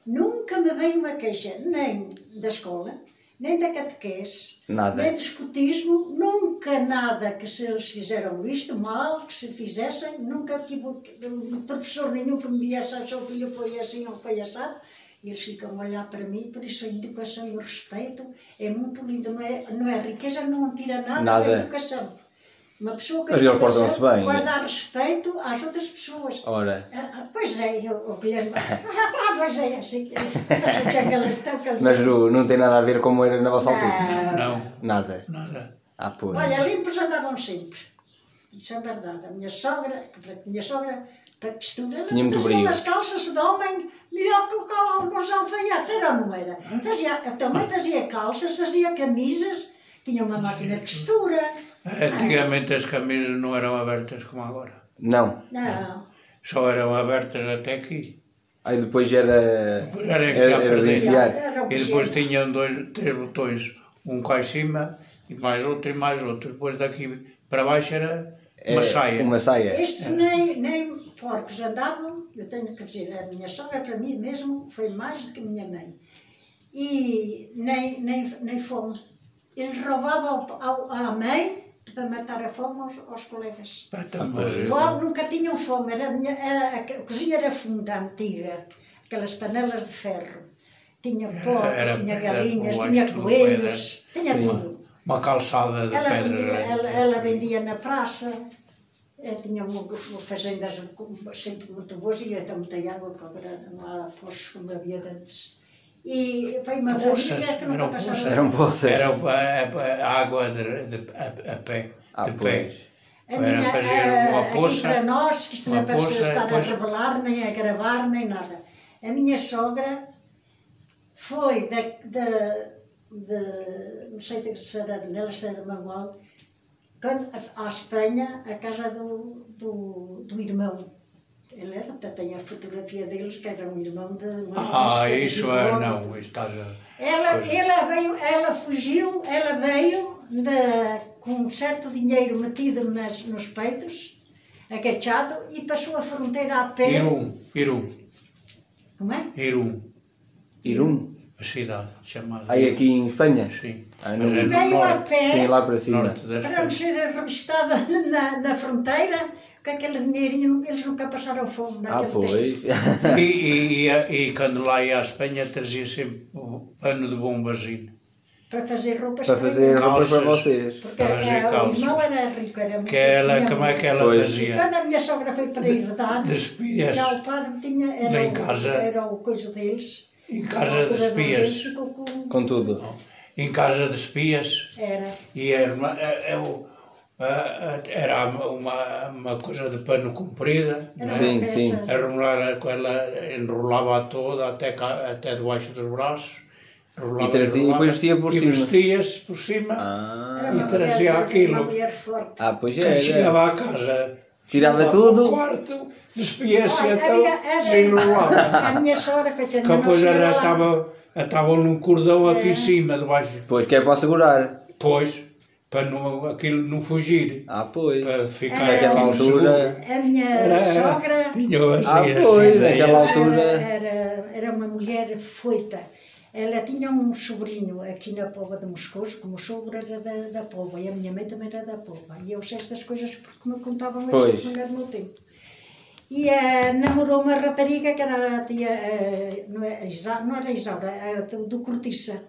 Speaker 3: Nunca me veio uma queixa, nem da escola, nem da catequese,
Speaker 1: Nada.
Speaker 3: nem do escutismo, nunca nada que se eles fizeram isto mal, que se fizessem, nunca tive um professor nenhum que me viesse, "Ah, seu filho foi assim ou foi assado, e eles ficam a olhar para mim, por isso a educação e o respeito é muito lindo, não é, não é riqueza, não tira nada,
Speaker 1: Nada.
Speaker 3: da educação. Uma pessoa que
Speaker 1: Mas eles portam-se
Speaker 3: educação
Speaker 1: bem,
Speaker 3: guarda respeito às outras pessoas.
Speaker 1: Ora.
Speaker 3: Ah, ah, pois é, eu, o Guilherme. Ah, pois é, assim que. Mas é que ele está calmo.
Speaker 1: Mas não, não tem nada a ver como era na vossa altura.
Speaker 3: Ah,
Speaker 2: Não,
Speaker 1: Nada.
Speaker 2: nada.
Speaker 1: Ah, pois.
Speaker 3: Olha, limpos andavam sempre. Isso é verdade. A minha sogra, que para a minha sogra, para costura, ela
Speaker 1: Tinha muito
Speaker 3: fazia
Speaker 1: brio.
Speaker 3: umas calças de homem melhor que o que alguns alfaiates, era ou não era? Fazia, eu também fazia calças, fazia camisas, tinha uma máquina de costura. Ah,
Speaker 2: Antigamente as camisas não eram abertas como agora.
Speaker 1: Não.
Speaker 3: Não.
Speaker 2: Só eram abertas até aqui.
Speaker 1: Aí depois era.
Speaker 2: Depois era enfiar
Speaker 1: Era, era
Speaker 2: para
Speaker 1: de
Speaker 2: dentro.
Speaker 1: enfiar.
Speaker 3: Era o
Speaker 2: E depois
Speaker 3: presente.
Speaker 2: tinham dois, três botões. Um cá em cima, e mais outro, e mais outro. Depois daqui para baixo era uma
Speaker 1: É,
Speaker 2: saia.
Speaker 1: Uma saia.
Speaker 3: Estes nem, nem porcos andavam, eu tenho que dizer, a minha sogra para mim mesmo foi mais do que a minha mãe. E nem, nem, nem fome. Eles roubavam ao- ao- à mãe para matar a fome aos, aos colegas.
Speaker 2: Pá, tá, mas-
Speaker 3: Fome, nunca tinham fome, era a, minha- era- a cozinha era funda antiga, aquelas panelas de ferro. Tinha porcos,
Speaker 2: Era-
Speaker 3: tinha
Speaker 2: era um
Speaker 3: galinhas,
Speaker 2: com
Speaker 3: tinha
Speaker 2: oito
Speaker 3: coelhos,
Speaker 2: pedras.
Speaker 3: tinha
Speaker 2: Sim.
Speaker 3: tudo.
Speaker 2: Uma calçada de
Speaker 3: Ela
Speaker 2: pedra. é?
Speaker 3: vendia, ela, ela vendia na praça, eh, tinha uma, uma fazendas com- sempre muito boas e até muita água, porque agora não há poços como havia de antes. E foi uma família
Speaker 2: Poças,
Speaker 3: que nunca
Speaker 2: eram poças.
Speaker 3: passava.
Speaker 1: Eram poças.
Speaker 2: Era é, a, a- a água de, de- a, a pé.
Speaker 1: Ah,
Speaker 2: de pé.
Speaker 1: pois.
Speaker 3: A
Speaker 2: Era
Speaker 3: minha-
Speaker 2: fazer
Speaker 3: a-
Speaker 2: uma
Speaker 3: Aqui
Speaker 2: poça.
Speaker 3: para nós, que isto não é
Speaker 2: uma
Speaker 3: para se
Speaker 2: poça,
Speaker 3: estar a
Speaker 2: depois-
Speaker 3: revelar, nem a gravar, nem nada. A minha sogra foi da. da, da não sei se era de Nelas, se era Mangual, quando, à Espanha, à casa do, do, do irmão. Ele era, até tem a fotografia deles, que era um irmão de uma
Speaker 2: Ah,
Speaker 3: revista de
Speaker 2: isso é,
Speaker 3: Bilbao.
Speaker 2: não, estás a...
Speaker 3: Ela,
Speaker 2: Pois.
Speaker 3: ela, veio, ela fugiu, ela veio de, com um certo dinheiro metido nas, nos peitos, agachado, e passou a fronteira a pé.
Speaker 2: Irum, Irum,
Speaker 3: Como é?
Speaker 2: Irum,
Speaker 1: Irum.
Speaker 2: a cidade chamada.
Speaker 1: Aí aqui em Espanha.
Speaker 2: Sim.
Speaker 1: Ah,
Speaker 2: Mas
Speaker 1: não-
Speaker 2: é no
Speaker 3: Veio a
Speaker 2: norte,
Speaker 3: pé
Speaker 1: Sim, lá para cima.
Speaker 2: norte da
Speaker 3: para
Speaker 2: Espanha.
Speaker 3: não ser revistada na, na fronteira, com aquele dinheirinho, eles nunca passaram fome
Speaker 1: Ah,
Speaker 3: naquele tempo.
Speaker 1: pois.
Speaker 2: E, e, e, e quando lá ia à Espanha trazia sempre o pano de bombazino.
Speaker 3: Para fazer roupas
Speaker 1: Para fazer roupas para
Speaker 2: Calças.
Speaker 1: vocês.
Speaker 3: Porque
Speaker 2: Para fazer
Speaker 3: eh, o
Speaker 2: calças.
Speaker 3: irmão era rico, era muito
Speaker 2: Que ela,
Speaker 3: tinha
Speaker 2: como é
Speaker 3: muito.
Speaker 2: que ela
Speaker 1: Pois.
Speaker 3: E
Speaker 2: fazia?
Speaker 3: quando a minha sogra foi para herdar,
Speaker 2: Despias.
Speaker 3: já o padre tinha, era,
Speaker 2: Lá em
Speaker 3: o,
Speaker 2: casa.
Speaker 3: era o coisa deles.
Speaker 2: Em casa
Speaker 3: Era o cuidador
Speaker 2: despias.
Speaker 3: deles, ficou com-
Speaker 1: Com tudo.
Speaker 2: Em casa de espias.
Speaker 3: Era.
Speaker 2: E era uma, é- é o- a- a- era uma, uma coisa de pano comprida,
Speaker 3: Era
Speaker 1: Sim,
Speaker 3: uma
Speaker 1: sim.
Speaker 3: peça.
Speaker 2: enrolar ela enrolava toda até, cá, até debaixo dos braços, enrolava,
Speaker 1: E trazia- e depois vestia por
Speaker 2: e
Speaker 1: cima.
Speaker 2: vestia-se por cima
Speaker 3: Era
Speaker 2: e
Speaker 3: uma
Speaker 2: trazia
Speaker 3: mulher- Uma
Speaker 2: aquilo.
Speaker 3: mulher forte.
Speaker 1: Ah, pois
Speaker 2: Quando
Speaker 1: era.
Speaker 2: chegava à casa,
Speaker 1: Tirava
Speaker 2: chegava
Speaker 1: tudo.
Speaker 2: ao quarto, despia-se
Speaker 3: Olha,
Speaker 2: então,
Speaker 3: havia- era-
Speaker 2: desenrolava.
Speaker 3: A minha sogra, coitada,
Speaker 2: Que
Speaker 3: não
Speaker 2: depois
Speaker 3: chegava
Speaker 2: era-
Speaker 3: lá. É.
Speaker 2: estava- estavam num cordão aqui em cima, debaixo.
Speaker 1: Pois que é para segurar.
Speaker 2: Pois, para não, aquilo não fugir.
Speaker 1: Ah, pois.
Speaker 2: Para ficar
Speaker 3: Era-
Speaker 1: Naquela
Speaker 2: aquilo seguro.
Speaker 1: altura.
Speaker 3: A minha
Speaker 2: Era-
Speaker 3: sogra
Speaker 2: Tinha assim,
Speaker 1: Ah,
Speaker 2: essa
Speaker 1: pois,
Speaker 2: ideia.
Speaker 1: naquela altura.
Speaker 3: Era, era, era uma mulher feita. Ela tinha um sobrinho aqui na Pova de Moscoso, como o sogro era da, da Pova, e a minha mãe também era da Pova. E eu sei estas coisas porque me contavam
Speaker 1: Pois.
Speaker 3: estas mulheres do meu tempo. E eh, namorou uma rapariga que era a tia, eh, não, é, Isa- não era Isaura, eh, do- do Cortiça.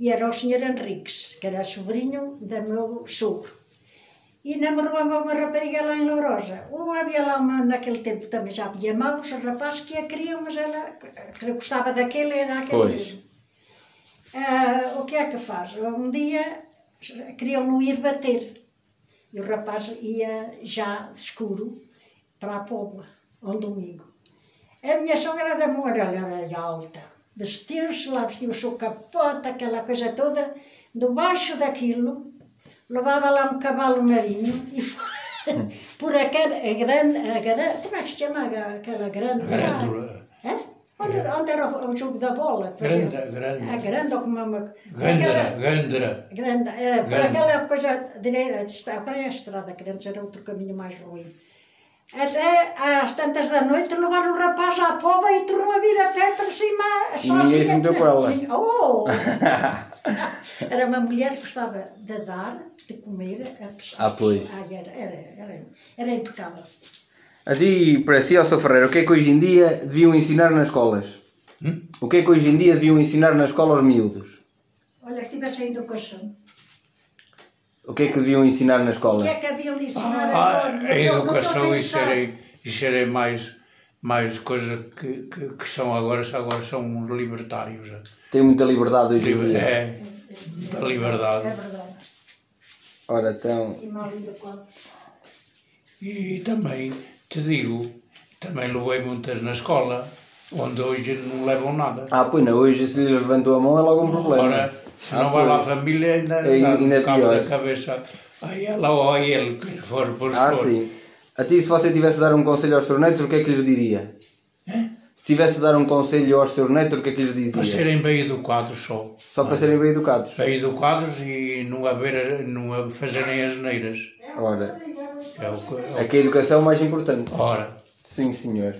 Speaker 3: E era o senhor Henriques, que era sobrinho do meu sogro. E namorou uma rapariga lá em Lourosa. Ou havia lá uma, naquele tempo também já havia maus rapazes que a queriam, mas ela que gostava daquele, era aquele
Speaker 1: Pois.
Speaker 3: mesmo. Ah, o que é que faz? Um dia queriam-no ir bater. E o rapaz ia já escuro para a Póvoa, um domingo. A minha sogra era morena, ela era alta. Vestiu-se lá, vestiu o seu capote, aquela coisa toda. Debaixo daquilo, levava lá um cavalo marinho e foi por aquela a grande, a grande, como é que se chama aquela grande?
Speaker 2: Grândola. É.
Speaker 3: Hã? Onde, onde era o- o jogo da bola? por
Speaker 2: Grande,
Speaker 3: exemplo?
Speaker 2: grande.
Speaker 3: A grande ou como é uma...
Speaker 2: Gandra,
Speaker 3: Aquela-
Speaker 2: Gandra.
Speaker 3: Grande, é, por
Speaker 2: Grande.
Speaker 3: aquela coisa direita, está- agora é a estrada, que antes era outro caminho mais ruim. Até às tantas da noite levaram o rapaz à pova e tornou a vir a pé para cima sozinha.
Speaker 1: Ninguém se meteu com ela.
Speaker 3: Oh! era uma mulher que gostava de dar, de comer. A pessoa,
Speaker 1: Ah, pois.
Speaker 3: era, era, era, era impecável.
Speaker 1: A ti, para si, ao seu Ferreira, o que é que hoje em dia deviam ensinar nas escolas?
Speaker 2: Hum?
Speaker 1: O que é que hoje em dia deviam ensinar na escola aos miúdos?
Speaker 3: Olha, que tivesse a educação.
Speaker 1: O que é que deviam ensinar na
Speaker 3: O
Speaker 1: escola?
Speaker 3: que é que havia de ensinar
Speaker 2: Ah,
Speaker 3: agora?
Speaker 2: a
Speaker 3: Não estou- não estou
Speaker 2: educação e
Speaker 3: pensar.
Speaker 2: serem, e serem mais, mais coisas que, que, que são agora, agora são uns libertários.
Speaker 1: Tem muita liberdade hoje em dia.
Speaker 2: É, a
Speaker 3: É
Speaker 2: liberdade.
Speaker 3: verdade.
Speaker 1: Ora, então.
Speaker 3: E mal ainda quando.
Speaker 2: E também, te digo, também levei muitas na escola, onde hoje não levam nada.
Speaker 1: Ah, pois não, hoje se lhe levantou a mão é logo um problema.
Speaker 2: Ora, se
Speaker 1: Ah,
Speaker 2: não vai lá a
Speaker 1: pois.
Speaker 2: família, ainda, um
Speaker 1: É, ainda
Speaker 2: cabo
Speaker 1: pior.
Speaker 2: da cabeça. Aí ela ou a ele, que lhe for por
Speaker 1: Ah,
Speaker 2: for.
Speaker 1: sim. A ti, se você tivesse de dar um conselho aos seus netos, o que é que lhe diria? Se tivesse de dar um conselho aos seus netos, o que é que lhe dizia?
Speaker 2: é? Para serem bem educados só.
Speaker 1: Só para serem bem educados.
Speaker 2: Bem educados e não haver, não a- fazerem as neiras.
Speaker 1: Ora,
Speaker 2: É o que-
Speaker 1: é que a educação é o mais importante.
Speaker 2: Ora,
Speaker 1: Sim, senhor.